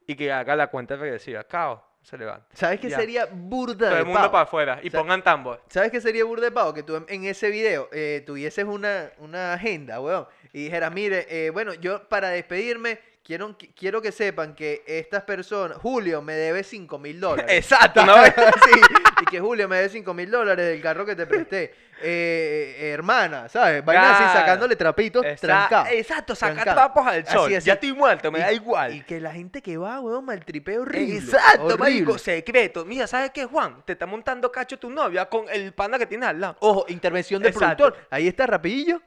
Y que haga la cuenta regresiva. Cao, se levanta.
¿Sabes qué
Ya.
sería burda
Todo
de
el mundo
pavo?
para afuera. Y
O sea,
pongan tambor.
¿Sabes qué sería burda de pavo? Que tú en, en ese video eh, tuvieses una, una agenda, weón, y dijeras, mire, eh, bueno, yo para despedirme quiero, qui- quiero que sepan que estas personas, Julio me debe 5 mil dólares.
Exacto, ¿no?
Sí, y que Julio me debe 5 mil dólares del carro que te presté. Eh, eh, hermana, ¿sabes? Vaina así
Claro.
sacándole trapitos,
Exa-
trancado.
Exacto, saca
trancado.
tapos al
Así,
sol.
así.
Ya estoy muerto, me
Y-
da igual.
Y que la gente que va, weón, maltripeo horrible.
Exacto,
horrible.
marico, secreto. Mira, ¿sabes qué, Juan? Te está montando cacho tu novia con el pana que tienes al lado.
Ojo, intervención del
Exacto.
productor. Ahí está, rapidillo.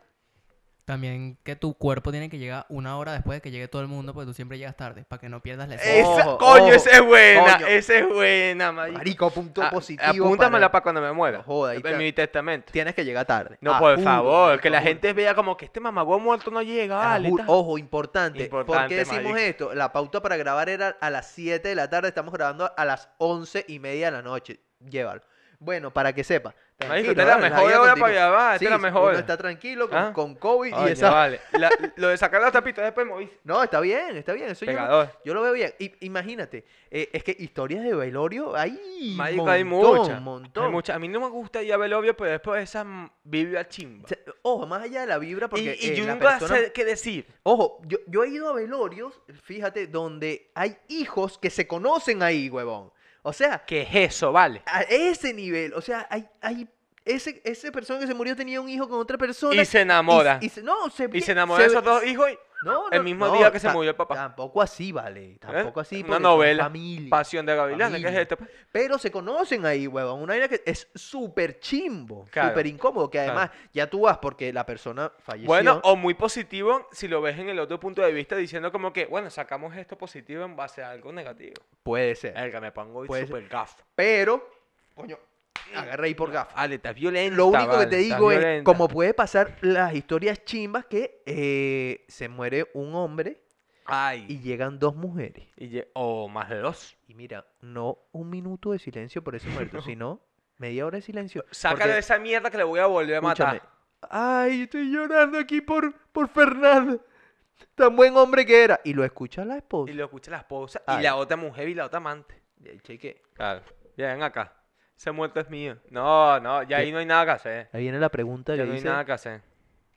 También que tu cuerpo tiene que llegar una hora después de que llegue todo el mundo, porque tú siempre llegas tarde, para que no pierdas
Eh,
la esencia.
Esa-
Ojo,
coño,
ojo,
esa es buena,
coño.
esa es buena, marico.
Marico, punto
Ah,
positivo.
Apúntamela
para-
para cuando me muera.
No joda, ahí
en
está.
mi testamento.
Tienes que llegar tarde.
No,
Ah,
por
juro,
favor,
marico,
que la
juro.
gente vea como que este mamagüey muerto no llega,
Ah,
vale,
juro.
tal.
Ojo, importante. ¿Por qué
Importante,
decimos
marico.
esto? La pauta para grabar era a las 7 de la tarde. Estamos grabando a las 11 y media de la noche. Llévalo. Bueno, para que sepa.
Marico,
Tranquilo,
esta es la
vale,
mejor
vida
hora
continúa.
para grabar, esta es la
Sí,
mejor.
Uno está tranquilo con,
Ah.
con COVID
Coño,
y esa.
vale. La- lo de sacar las tapitas después me oí-
No, está bien, está bien. Eso yo lo,
Pegador.
yo lo veo bien. I- imagínate, eh, es que historias de velorio hay.
Marico,
montón,
hay muchas.
montón.
Hay muchas. A mí no me gusta ir a Velovio, pero después de esa Biblia chimba.
O sea, Ojo, más allá de la vibra,
Y,
porque
y
eh,
yo
la
nunca
persona-
sé qué decir.
Ojo, yo, yo he ido a velorios, fíjate, donde hay hijos que se conocen ahí, huevón. O sea,
¿Qué es eso, vale?
a ese nivel, o sea, hay, hay ese, ese persona que se murió tenía un hijo con otra persona.
Y se enamora.
Y, se, no, se,
Y se enamora de
se-
esos dos hijos y
No,
el
no,
mismo
no,
día que se
ta-
murió el papá. ¿Eh?
Tampoco así, vale. Tampoco así.
Una
porque son
novela.
Familia.
Pasión de Gavilán, ¿qué es
Familia.
esto? pues?
Pero se conocen ahí, huevón. Una vaina que es súper chimbo,
Claro.
súper incómodo, que además ya tú vas porque la persona falleció.
Bueno, o muy positivo si lo ves en el otro punto de vista diciendo como que, bueno, sacamos esto positivo en base a algo negativo.
puede ser.
Verga, me pongo hoy
Eh, Puede
súper gafo.
Pero, coño,
Mm.
agarré ahí por gafas.
Ale, Ah, estás violento.
Lo único que te digo es, como puede pasar las historias chimbas que eh, se muere un hombre y
Ay.
llegan dos mujeres.
Y lle- o más de dos.
Y mira, no un minuto de silencio por ese muerto, sino media hora de silencio.
Sácalo
Porque-
de esa mierda que le voy a volver a matar.
Escúchame. Ay, estoy llorando aquí por, por Fernando. Tan buen hombre que era. Y lo escucha la esposa.
Y lo escucha la esposa
Ay.
y la otra mujer y la otra amante.
Eh, cheque.
Claro. Ya, ven acá. Ese muerto es mío. No, no, ya ahí
¿Qué?
no hay nada que hacer.
Ahí viene la pregunta
Ya
que
no hay
dice,
nada que hacer.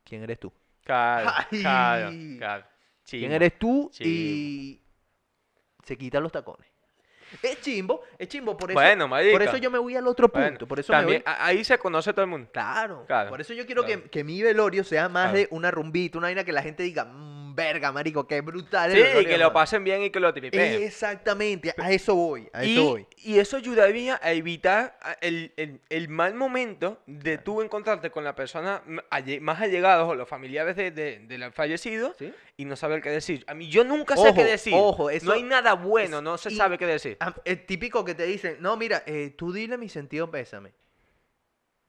¿quién eres tú?
Claro,
Ay.
claro, claro.
¿Quién
Chimbo.
eres tú?
Chimbo.
Y se quita los tacones. Es chimbo, es chimbo, por eso,
Bueno,
por
marica.
eso yo me voy al otro punto.
Bueno,
por eso
también,
me voy.
a- ahí se conoce todo el mundo.
Claro,
Claro,
Por eso yo quiero que,
claro.
que mi velorio sea más
Claro.
de una rumbita, una vaina que la gente diga, "Mm, verga, marico, qué brutal. el
Sí,
velorio
que
de
lo
Juan".
pasen bien y que lo tripeen.
Exactamente, a eso voy, a eso
Y,
voy.
y eso ayudaría a evitar a- el, el- el mal momento de tú encontrarte con la persona m- alle- más allegados o los familiares de- de- del fallecido
¿Sí?
y no saber qué decir. A mí yo nunca sé qué
Ojo,
decir.
ojo, eso
no hay nada bueno,
es
no se
in-
sabe qué decir.
eh, Am- Es típico que te dicen, no, mira, eh, tú dile mi sentido pésame.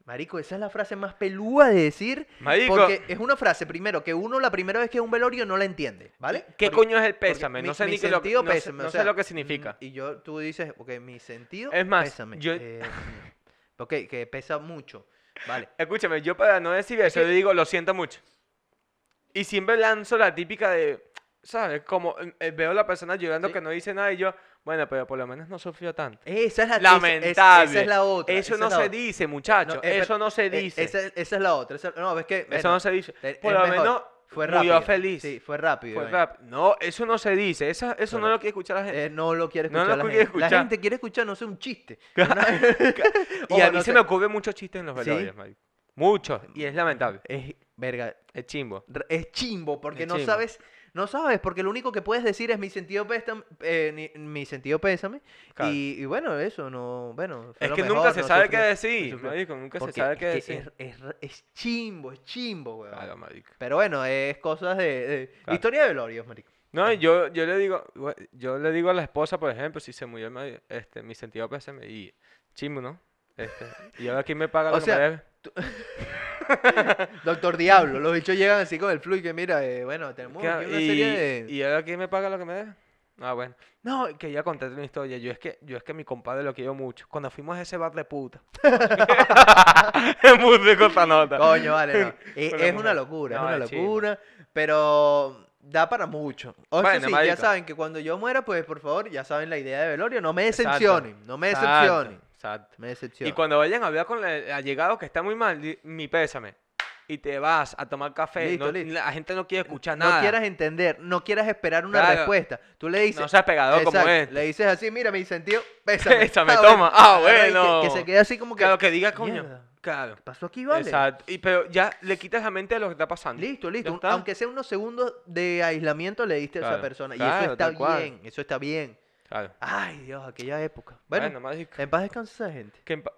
Marico, esa es la frase más pelúa de decir.
Marico,
Porque es una frase, primero, que uno la primera vez que es un velorio no la entiende, ¿vale?
¿qué
Porque-
coño es el
porque
pésame?
mi-
No sé
mi
ni qué lo,
sentido
no sé-
pésame, o
no sé
sea,
lo que significa.
mm, Y yo, tú dices, ok, mi sentido
Es más,
pésame.
yo-
eh, ok, que pesa mucho. Vale.
Escúchame, yo para no decir eso,
que-
yo digo, lo siento mucho. Y siempre lanzo la típica de, ¿sabes? Como eh, eh, veo a la persona llorando
Sí.
que no dice nada y yo, bueno, pero por lo menos no sufrió tanto.
Esa es la esa- esa-
Lamentable.
Esa es la otra.
Eso
esa
no
es la
se
otra.
dice, muchacho.
No, eh,
eso
pero-
no se
Eh,
dice.
Esa, esa es la otra. esa- no, es que.
eso no se dice.
es-
Por
es
lo
mejor.
menos
Fue
murió
rápido.
feliz.
Sí, fue rápido.
Fue
ven.
rap- No, eso no se dice. Esa, eso no
Bueno.
lo quiere escuchar la gente.
Eh, no lo quiere
No
escuchar.
lo
la,
quiere
gente. La
escuchar.
gente quiere escuchar, no sé, un chiste. ojo,
y a mí
oh, no
se
sé.
me ocurren muchos chistes en los
Sí.
velorios, marico. Muchos. Y es lamentable.
Es, verga,
Es chimbo.
r- es chimbo porque
Es
no
chimbo.
sabes, no sabes, porque lo único que puedes decir es mi sentido pésame, eh, ni- mi sentido pésame
Claro.
y, y bueno, eso no, bueno, fue
Es
lo
que
mejor,
nunca se
no
sabe qué
sufrió, no
decir,
sufrió.
marico, nunca se
Porque
sabe qué
es que
decir.
es, es- es chimbo, es chimbo, weón.
Claro, marico.
Pero bueno, es cosas de, de-
Claro.
historia de velorios, marico.
No, yo, yo le digo, gua- yo le digo a la esposa, por ejemplo, si se murió el marido, este, mi sentido pésame y chimbo, ¿no? Este, y ahora quién me paga
O
lo que me
sea,
debe.
Doctor Diablo, los bichos llegan así con el flu y que mira, eh, bueno, tenemos
¿Qué-
aquí una
y,
serie de
y ahora quién me paga lo que me debe. Ah, bueno. No, que ya conté una historia. Yo es que, yo es que mi compadre lo quiero mucho. Cuando fuimos a ese bar de puta. es muy rico esta nota.
Coño, vale, no. Es,
Con la
es una
mujer.
locura,
No,
es una
es chimbo.
locura, pero da para mucho. O sea,
Bueno,
sí, ya
marico.
saben que cuando yo muera, pues por favor, ya saben la idea de velorio, no me
Exacto.
decepcionen, no me
Exacto,
decepcionen,
Exacto.
me decepcionen.
Y cuando vayan a hablar con el allegado que está muy mal, di- mi pésame. Y te vas a tomar café.
Listo,
no-
listo.
La gente no quiere escuchar
no
nada.
quieras entender, no quieras esperar una
Claro.
respuesta. Tú le dices,
no seas pegado como
exacto,
es.
le dices así, mira, mi sentido, pésame.
Pésame,
bueno.
toma. Ah,
Agarra y que-
bueno.
Que, se quede así como que,
Claro, que digas, coño.
Mierda.
Claro.
¿qué pasó aquí, vale?
Exacto. Y, pero ya le quitas la mente de lo que está pasando.
Listo, listo.
Ya
un-
está.
Aunque sea unos segundos de aislamiento le diste a esa
Claro,
persona. y eso
claro,
está
tal cual.
bien, eso está bien.
Claro.
Ay, Dios, aquella época. Bueno,
Bueno, marico,
en paz descansa esa gente.
que en pa-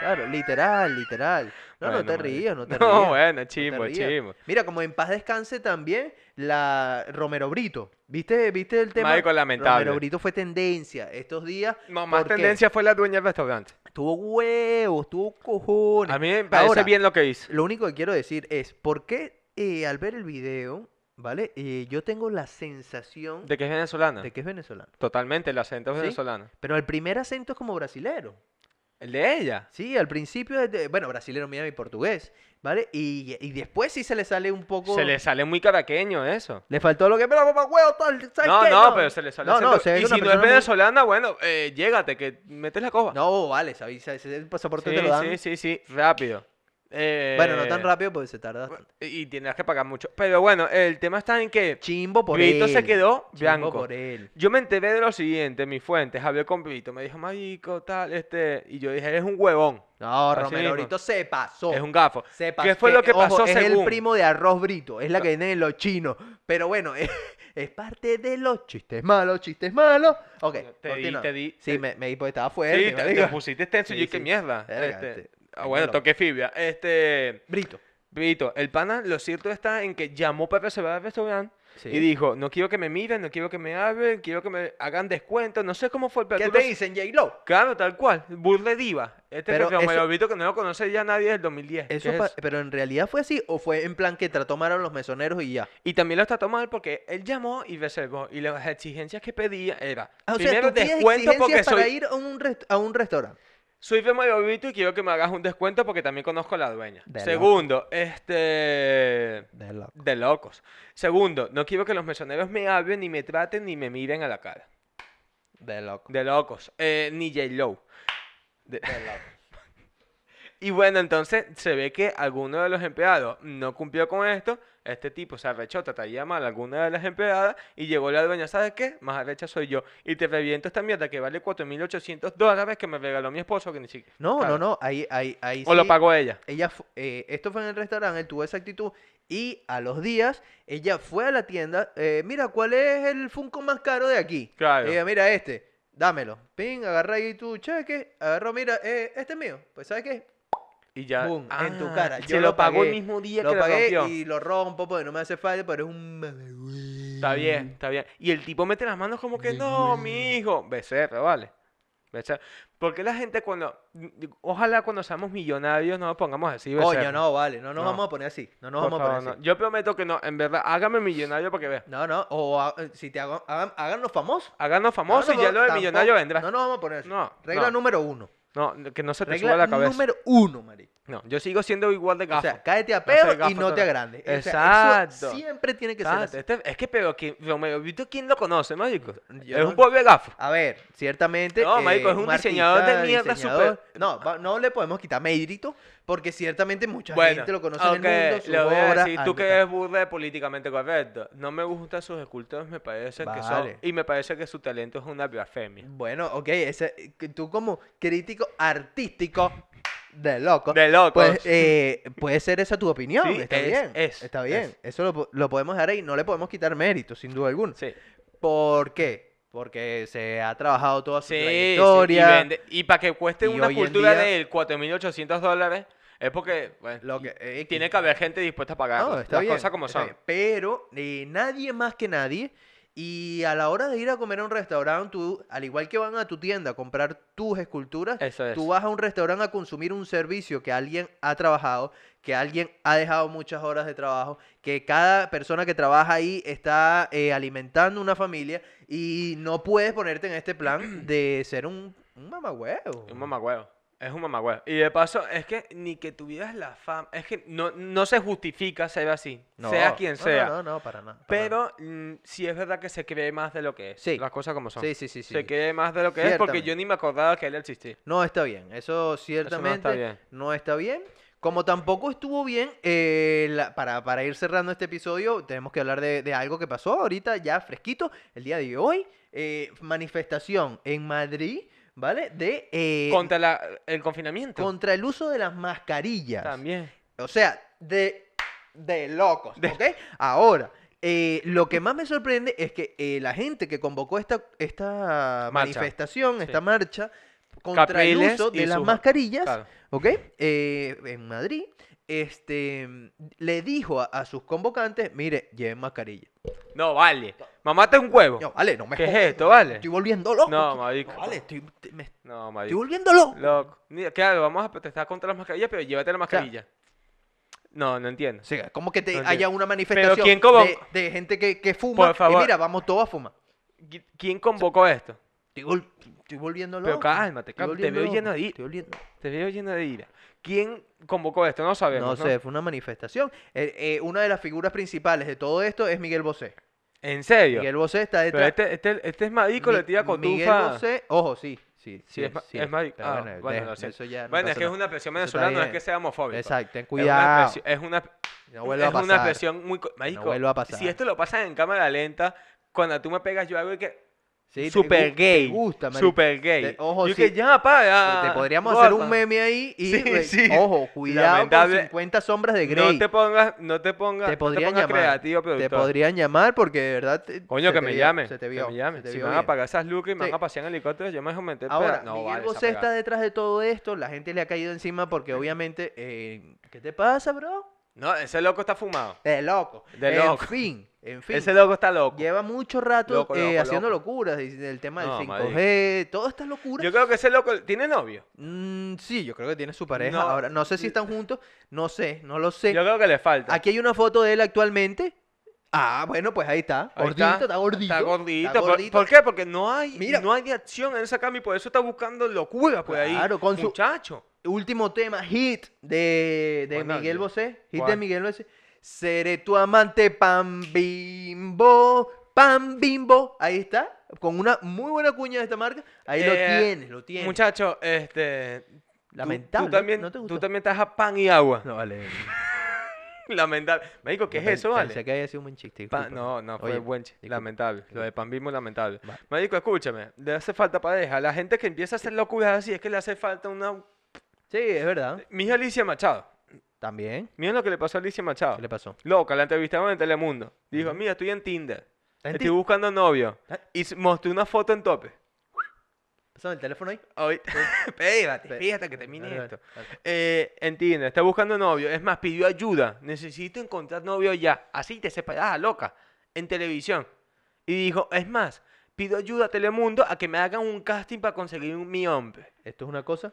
Claro, literal, literal. No, no
Bueno,
te
marico.
rías, no te
No,
rías.
bueno, chimbo,
rías.
chimbo.
Mira, como en paz descanse también la Romero Brito. ¿Viste, ¿Viste el tema?
Marico, lamentable.
Romero Brito fue tendencia estos días.
No, más
¿Por qué?
tendencia fue la dueña del restaurante.
Tuvo huevos, tuvo cojones.
A mí me parece
Ahora,
bien lo que hizo.
Lo único que quiero decir es, ¿por qué eh, al ver el video, ¿vale? Eh, yo tengo la sensación
De que es venezolana.
de que es venezolano.
Totalmente, el acento es
¿Sí?
venezolano.
Pero el primer acento es como brasilero.
El de ella.
Sí, al principio, es de- bueno, brasilero, mira mi portugués, ¿vale? Y, y después sí se le sale un poco...
Se le sale muy caraqueño eso.
le faltó lo que... Pero papá, huevo, tal, ¿sabes
No,
qué?
no, pero se le sale
No,
acento.
no, se ve
Y
que una
si no es
persona muy-
venezolana, bueno, eh, llégate, que metes la coba.
No, vale, sabes, sabes, el pasaporte
sí,
te lo dan.
sí, sí, sí, rápido.
Bueno, no
Eh,
tan rápido porque se tarda bastante.
Y tendrás que pagar mucho. Pero bueno, el tema está en que
Chimbo por
Brito
él.
se quedó
Chimbo
blanco.
por él.
Yo me enteré de lo siguiente, mis fuentes, hablé con Brito, me dijo, marico, tal, este, y yo dije, eres un huevón,
No,
Así
Romero
mismo.
Brito se pasó.
es un gafo.
Se
¿Qué
pas-
fue lo que
ojo,
pasó
es el
según? Ah.
primo de arroz brito, es la que viene en los chinos. Pero bueno, es, es parte de los chistes malos, chistes malos. Ok,
Te di,
continúa.
te di,
Sí,
te-
me, me di porque estaba fuerte.
Sí, te, te
marico.
pusiste tenso y
Sí,
yo, qué
sí.
mierda.
Verga,
este,
te-
ah, bueno,
loco.
toqué fibia. Este,
Brito.
Brito, el pana, lo cierto está en que llamó para reservar el restaurante
Sí.
y dijo, no quiero que me miren, no quiero que me hablen, quiero que me hagan descuento, no sé cómo fue, pero
¿Qué
tú
te
lo-
dicen, J-Lo?
Claro, tal cual, burle diva. Este
Pero
pero que
eso-
Brito que no lo conoce ya nadie desde el 2010. ¿qué
Eso
es
pa-
eso?
Pero en realidad fue así, o fue en plan que trató mal a los mesoneros y ya.
Y también lo trató mal porque él llamó y reservó. Y las exigencias que pedía era
Ah, o sea,
primero
tú tienes
descuento
exigencias
porque
para
soy,
ir a un, rest- a un restaurante.
soy Romero Brito y quiero que me hagas un descuento porque también conozco a la dueña.
De loco.
Segundo, este de locos. Segundo, no quiero que los mesoneros me hablen, ni me traten, ni me miren a la cara.
De loco.
De locos. Eh, ni J. Low.
De loco.
Y bueno, entonces se ve que alguno de los empleados no cumplió con esto. Este tipo se arrechó, trataría mal a alguna de las empleadas y llegó la dueña, ¿sabes qué? Más arrecha soy yo. Y te reviento esta mierda que vale 4.800 dólares que me regaló mi esposo que ni siquiera.
No,
Claro.
no, no, ahí, ahí, ahí
O lo
sí-
pagó ella.
ella fu- eh, esto fue en el restaurante, él tuvo esa actitud y a los días ella fue a la tienda, eh, mira, ¿cuál es el Funko más caro de aquí?
Claro.
Ella, mira este, dámelo. Ping, agarra ahí tu cheque, agarró, mira, eh, este es mío. Pues ¿sabes qué?
Y ya.
Boom, en tu
Ah,
cara.
Se
Yo
lo,
lo
pagó el
pagué,
mismo día
Lo
que lo
pagué
rompió.
y lo rompo porque no me hace falta, pero es un...
Está bien, está bien. Y el tipo mete las manos como que, no, mi hijo. Becerra, vale. Me echa- ¿Por qué la gente cuando... Ojalá cuando seamos millonarios no nos pongamos así,
Coño,
becerra?
no, vale, no nos
No.
vamos a poner así. No nos
Por
vamos a
favor,
poner así.
no. Yo prometo que no, en verdad, hágame millonario para que veas.
No, no, o ha- si te hago, hagan, háganos famosos.
Háganos famosos y ya lo de
Tampoco-
millonario vendrá.
No nos vamos a poner así.
No,
Regla
no.
número uno.
No, que no se te
Regla
suba la cabeza.
número uno, marico.
No, yo sigo siendo igual de
O
gafo.
sea, cáete a
No soy
peo y
gafo
no te
total.
agrandes. O sea, eso
Exacto.
siempre tiene que ser
Exacto,
así.
este- es que, pero que Romeo Brito, ¿quién lo conoce, marico?
Yo
es
no-
un pueblo de gafo.
A ver, ciertamente. eh,
No, marico, es un diseñador de
artista,
mierda
diseñador-
súper-
No, va- no le podemos quitar mérito, porque ciertamente mucha
Bueno,
gente lo conoce
aunque
en el mundo. sus
le voy a
obras,
decir, tú que
anécdotas.
eres burda de políticamente correcto. No me gustan sus escultores, me parece que son.
Vale.
Y me parece que su talento es una blasfemia.
Bueno, ok, ese, que tú como crítico artístico de loco.
De loco.
Pues eh, puede ser esa tu opinión,
Sí,
está
es-
bien.
es,
está bien,
es.
eso lo, po- lo podemos dejar ahí, no le podemos quitar mérito, sin duda alguna.
sí.
¿Por qué? Porque se ha trabajado toda su
Sí, sí,
trayectoria.
y, vende- y para que cueste
Y
una
hoy en
cultura
día-
de él 4.800 dólares, es porque bueno,
Lo que, eh,
tiene que haber gente dispuesta a pagar
No, está
las
bien,
cosas como
está
son.
bien, Pero eh, nadie más que nadie. Y a la hora de ir a comer a un restaurante, tú, al igual que van a tu tienda a comprar tus esculturas,
Eso es.
Tú vas a un restaurante a consumir un servicio que alguien ha trabajado, que alguien ha dejado muchas horas de trabajo, que cada persona que trabaja ahí está eh, alimentando una familia y no puedes ponerte en este plan de ser un, un mamagüeo.
Un mamagüeo. Es un mamagüeo. Y de paso, es que ni que tuvieras la fama. Es que no, no se justifica ser así.
No,
sea quien
no, no,
sea.
No, no, para nada. para nada.
Pero mm, sí es verdad que se cree más de lo que es.
Sí.
Las cosas como son.
Sí, sí, sí, sí.
Se cree más de lo que es porque
Ciertamente.
yo ni me acordaba que él existía.
No está bien. Eso
Eso no
ciertamente
está bien.
no está bien. Como tampoco estuvo bien, eh, la- para, para ir cerrando este episodio, tenemos que hablar de, de algo que pasó ahorita, ya fresquito, el día de hoy. eh, manifestación en Madrid, ¿vale? De, eh,
Contra la- el confinamiento.
contra el uso de las mascarillas.
También.
O sea, de, de locos,
De-
¿ok? Ahora, eh, lo que más me sorprende es que eh, la gente que convocó esta, esta
Marcha.
manifestación, esta
Sí.
marcha, contra el
Capriles
uso de
y
las
sus-
mascarillas,
Claro.
¿ok? Eh, en Madrid, este, mm, le dijo a, a sus convocantes, mire, lleven mascarilla.
No, vale. Mamate un huevo.
No, vale, no me
Oh. ¿Qué es
jodas,
esto, vale?
Estoy volviendo loco.
No,
tú-
marico.
vale, estoy, te- me estoy
No, marico.
volviendo loco.
Loco. Mira, Claro, vamos a protestar contra las mascarillas, pero llévate la
sea,
mascarilla. No, no entiendo.
O sea, como que te
No entiendo.
haya una manifestación
¿quién como-
de, de gente que, que fuma.
Por favor.
Y mira, vamos todos a fumar.
¿Qui- ¿Quién convocó esto?
Estoy, vol- estoy volviendo loco.
Pero cálmate,
Estoy
cálmate, te
volviendo
veo lleno
loco,
de-
estoy volviendo-
Te veo lleno de ira. ¿Quién convocó esto? No
No
sabemos.
sé, fue una manifestación. Eh, eh, una de las figuras principales de todo esto es Miguel Bosé.
¿En serio?
Miguel Bosé está
Pero
detrás.
este, este, este es marico, la
Mi-
tía
Miguel
Cotufa.
Bosé, ojo, sí. Sí, sí,
es ma-
sí
es marico.
pero
Ah, bueno,
deja-
lo siento.
eso ya no
Bueno, es
pasa
que es
nada.
una expresión
Eso está
venezolana, no es
bien.
que sea homofóbico.
Exacto, ten
Es una
cuidado.
expresión- Es una,
No vuelva a
es una
pasar.
expresión muy. co- Marico,
vuelva a pasar.
si esto lo pasan en cámara lenta, cuando tú me pegas, yo hago y que.
Sí, te
super
gu- te
gay.
gusta, marico.
super gay.
Te- ojo,
yo
sí.
que ya, pa, ya,
Te podríamos
gorda.
hacer un meme ahí y
Sí,
eh,
sí.
ojo, cuidado
Lamentable.
con 50 sombras de Grey.
No te pongas, no te pongas,
Te
no te
podrían
pongas
llamar.
creativo,
Te
productor.
podrían llamar porque de verdad te-
Coño,
se
que
te
me
vio-
llamen.
Se te
que
vio.
me llamen.
se te
si
vio
me van a
bien.
pagar esas lucas y me
Sí.
van a pasear en helicóptero, yo me dejo meter.
Ahora,
peda. no,
Miguel
vale, esa
Bosé está
pegada.
detrás de todo esto, la gente le ha caído encima porque obviamente, eh, ¿qué te pasa, bro?
No, ese loco está fumado.
De loco.
De
en
loco.
fin, en fin.
Ese loco está loco.
Lleva mucho rato
Loco,
eh,
loco,
haciendo
loco.
locuras, dice, el tema del
No,
5G, todas estas locuras.
Yo creo que ese loco tiene novio.
Mm, sí, yo creo que tiene su pareja.
No,
Ahora, no sé si están juntos, no sé, no lo sé.
Yo creo que le falta.
Aquí hay una foto de él actualmente. Ah, bueno, pues ahí está.
Ahí
gordito, está, gordito.
Está gordito.
está
¿Por-
gordito.
¿Por, qué? Porque no hay,
Mira.
no hay de acción en esa cama y por eso está buscando locura por ahí.
Claro, con su-
Muchacho.
Último tema, hit de, de
Bueno,
Miguel
yo-
Bosé. Hit de
¿Cuál?
Miguel Bosé. Seré tu amante, pan bimbo. Pan bimbo. Ahí está. Con una muy buena cuña de esta marca. Ahí lo
Eh,
tienes, lo tienes.
Muchacho, este. tú-
Lamentable,
Tú, también,
¿no te gustó?
tú también estás a pan y agua.
No, vale.
Lamentable. Marico, ¿qué
Pen-
es eso, vale?
Pensé que había sido un buen chiste.
Pa-
disculpa.
no, no, fue
Oye,
buen chiste.
disculpa.
Lamentable. Lo de Pan Bimbo, lamentable.
Vale.
Marico, escúchame. Le hace falta pareja. La gente que empieza a hacer locuras así es que le hace falta una.
Sí, es verdad.
Mi hija Alicia Machado.
También.
Miren lo que le pasó a Alicia Machado.
¿Qué le pasó?
Loca, la entrevistaron en Telemundo. Dijo:
Ujú.
Mira, estoy en Tinder.
¿Está en
Estoy
ti?
buscando novio.
Ah.
Y s- mostré una foto en tope.
Pásame el teléfono ahí.
Ahorita- Espérate, fíjate que
Dale,
termine
dale,
esto.
dale.
Eh, en Tinder, está buscando novio. Es más, pidió ayuda. Necesito encontrar novio ya. Así te separada, loca. En televisión. Y dijo, es más, pido ayuda a Telemundo a que me hagan un casting para conseguir un- mi hombre.
Esto es una cosa.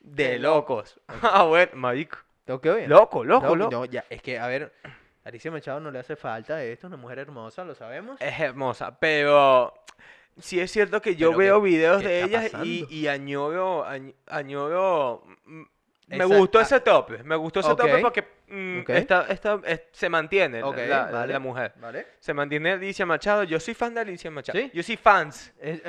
De locos. Ah, bueno, marico.
Tengo que oír.
Loco, loco,
No,
loco.
no, ya, es que, a ver, Alicia Machado no le hace falta esto, es una mujer hermosa, lo sabemos.
Es hermosa, pero sí es cierto que yo
Pero
veo
¿qué-
videos
qué
de
está
ellas y,
pasando?
y añoro, añ- añoro... mm, Me
Esa-
gustó
ah,
ese tope, me gustó ese tope
ok,
porque mm,
ok.
esta, esta, es- se mantiene la-
Ok,
la,
vale.
la mujer.
¿Vale?
Se mantiene Alicia Machado. Yo soy fan de Alicia Machado.
¿Sí?
Yo soy fans.
Es-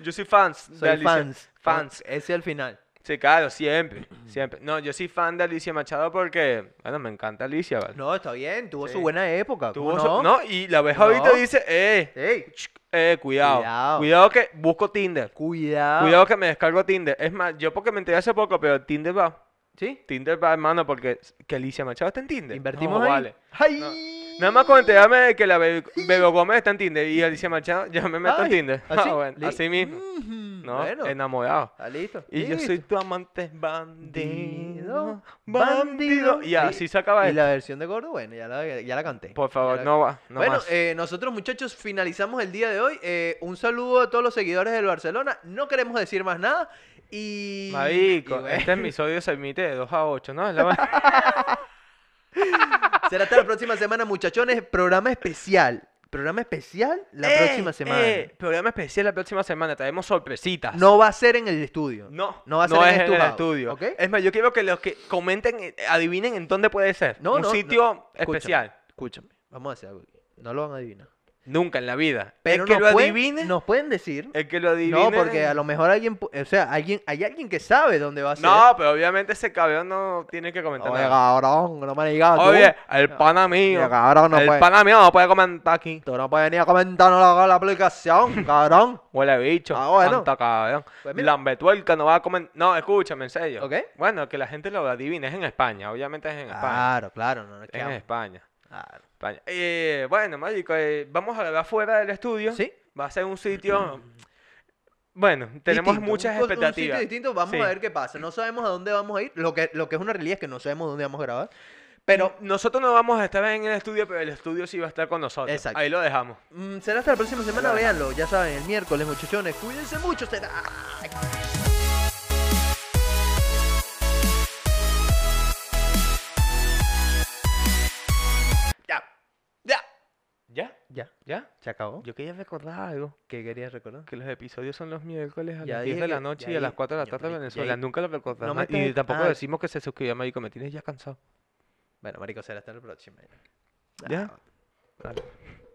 Yo soy fans eh, de
soy
Alicia-
fans.
Fans.
Ese al final.
Sí, claro, siempre. Siempre. No, yo soy fan de Alicia Machado porque, bueno, me encanta Alicia, ¿vale?
No, está bien, tuvo
Sí.
su buena época. ¿cómo
Tuvo su-
no?
no, y la abeja ahorita
No.
dice, eh,
Ey,
ch- eh, cuidado.
Cuidado.
Cuidado que busco Tinder.
cuidado.
Cuidado que me descargo Tinder. Es más, yo porque me enteré hace poco, pero Tinder va.
¿Sí?
Tinder va, hermano, porque que Alicia Machado está en Tinder.
Invertimos
No,
ahí.
vale.
¡Ay!
Nada más con enterarme de que la Bebe, Bebe Gómez está en Tinder y Alicia Machado, yo me meto en
Ay,
Tinder. Ah,
¿así?
bueno,
Li-
así mismo.
Mm,
No,
bueno,
enamorado.
está listo.
Y yo
listo.
soy tu amante bandido.
Bandido,
Bandido.
bandido.
Y así se acaba
Y
esto.
la versión de Gordo, bueno, ya la, ya la canté.
Por
Ya
favor,
la-
no va. No
bueno,
más.
eh, nosotros muchachos finalizamos el día de hoy. Eh, un saludo a todos los seguidores del Barcelona. No queremos decir más nada. Y...
Marico,
y bueno,
este episodio se emite de 2 a 8, ¿no? Es la verdad.
Será hasta la próxima semana, muchachones. Programa especial. Programa especial la
Eh,
próxima semana.
eh, programa especial la próxima semana. Traemos sorpresitas.
No va a ser en el estudio.
No,
No va a ser en
es en el
Estubado,
estudio.
¿ok?
Es más, yo quiero que los que comenten, eh, adivinen en dónde puede ser.
No,
un
no, no.
sitio
Escúchame,
especial.
Escúchame, vamos a hacer algo. aquí. No lo van a adivinar.
Nunca en la vida.
Pero
el que
nos
lo
pueden-
adivine,
Nos pueden decir.
el que lo adivine.
No, porque a lo mejor alguien. pu- O sea, alguien, hay alguien que sabe dónde va a ser.
No, pero obviamente ese cabrón no tiene que comentar
Oye,
nada.
cabrón, no me has llegado. tú.
Oye, el pana mío.
Oye, cabrón, no
el
puedes.
pana mío no puede comentar aquí.
Tú no puedes ni a comentarnos la, la aplicación, cabrón.
Huele bicho.
Ah, bueno.
Tanta cabrón.
Pues mira.
Lambetuerca no va a comentar. No, escúchame, en serio.
¿Ok?
Bueno, que la gente lo adivine. Es en España. Obviamente es en España.
Claro, claro, no nos
es en
quedamos.
España.
Claro.
España. Eh, bueno, Mágico, vamos a grabar fuera del estudio.
¿Sí?
Va a ser un sitio. Bueno, tenemos
distinto,
muchas
un cos- un sitio
expectativas.
distinto, vamos
Sí.
a ver qué pasa. No sabemos a dónde vamos a ir. Lo que, lo que es una realidad es que no sabemos dónde vamos a grabar. Pero
Nosotros no vamos a estar en el estudio, pero el estudio sí va a estar con nosotros.
Exacto.
Ahí lo dejamos.
mm, será hasta la próxima semana, véanlo. Ya saben, el miércoles, muchachones. Cuídense mucho, será. Ya, ya,
¿Ya?
ya.
¿Ya?
Se acabó.
Yo quería recordar algo.
¿Qué querías recordar?
Que los episodios son los miércoles a
Ya
las 10 de
dije
la
que-
noche
ya
y a las
dije-
4 de la
ya
tarde en
marico, ya
Venezuela.
dije-
Nunca lo recordamos.
No me
y
estás-
tampoco
ah.
decimos que se suscribió Mágico. Me tienes ya cansado.
Bueno, marico, será hasta la próxima.
¿Ya?
Ah,
Dale.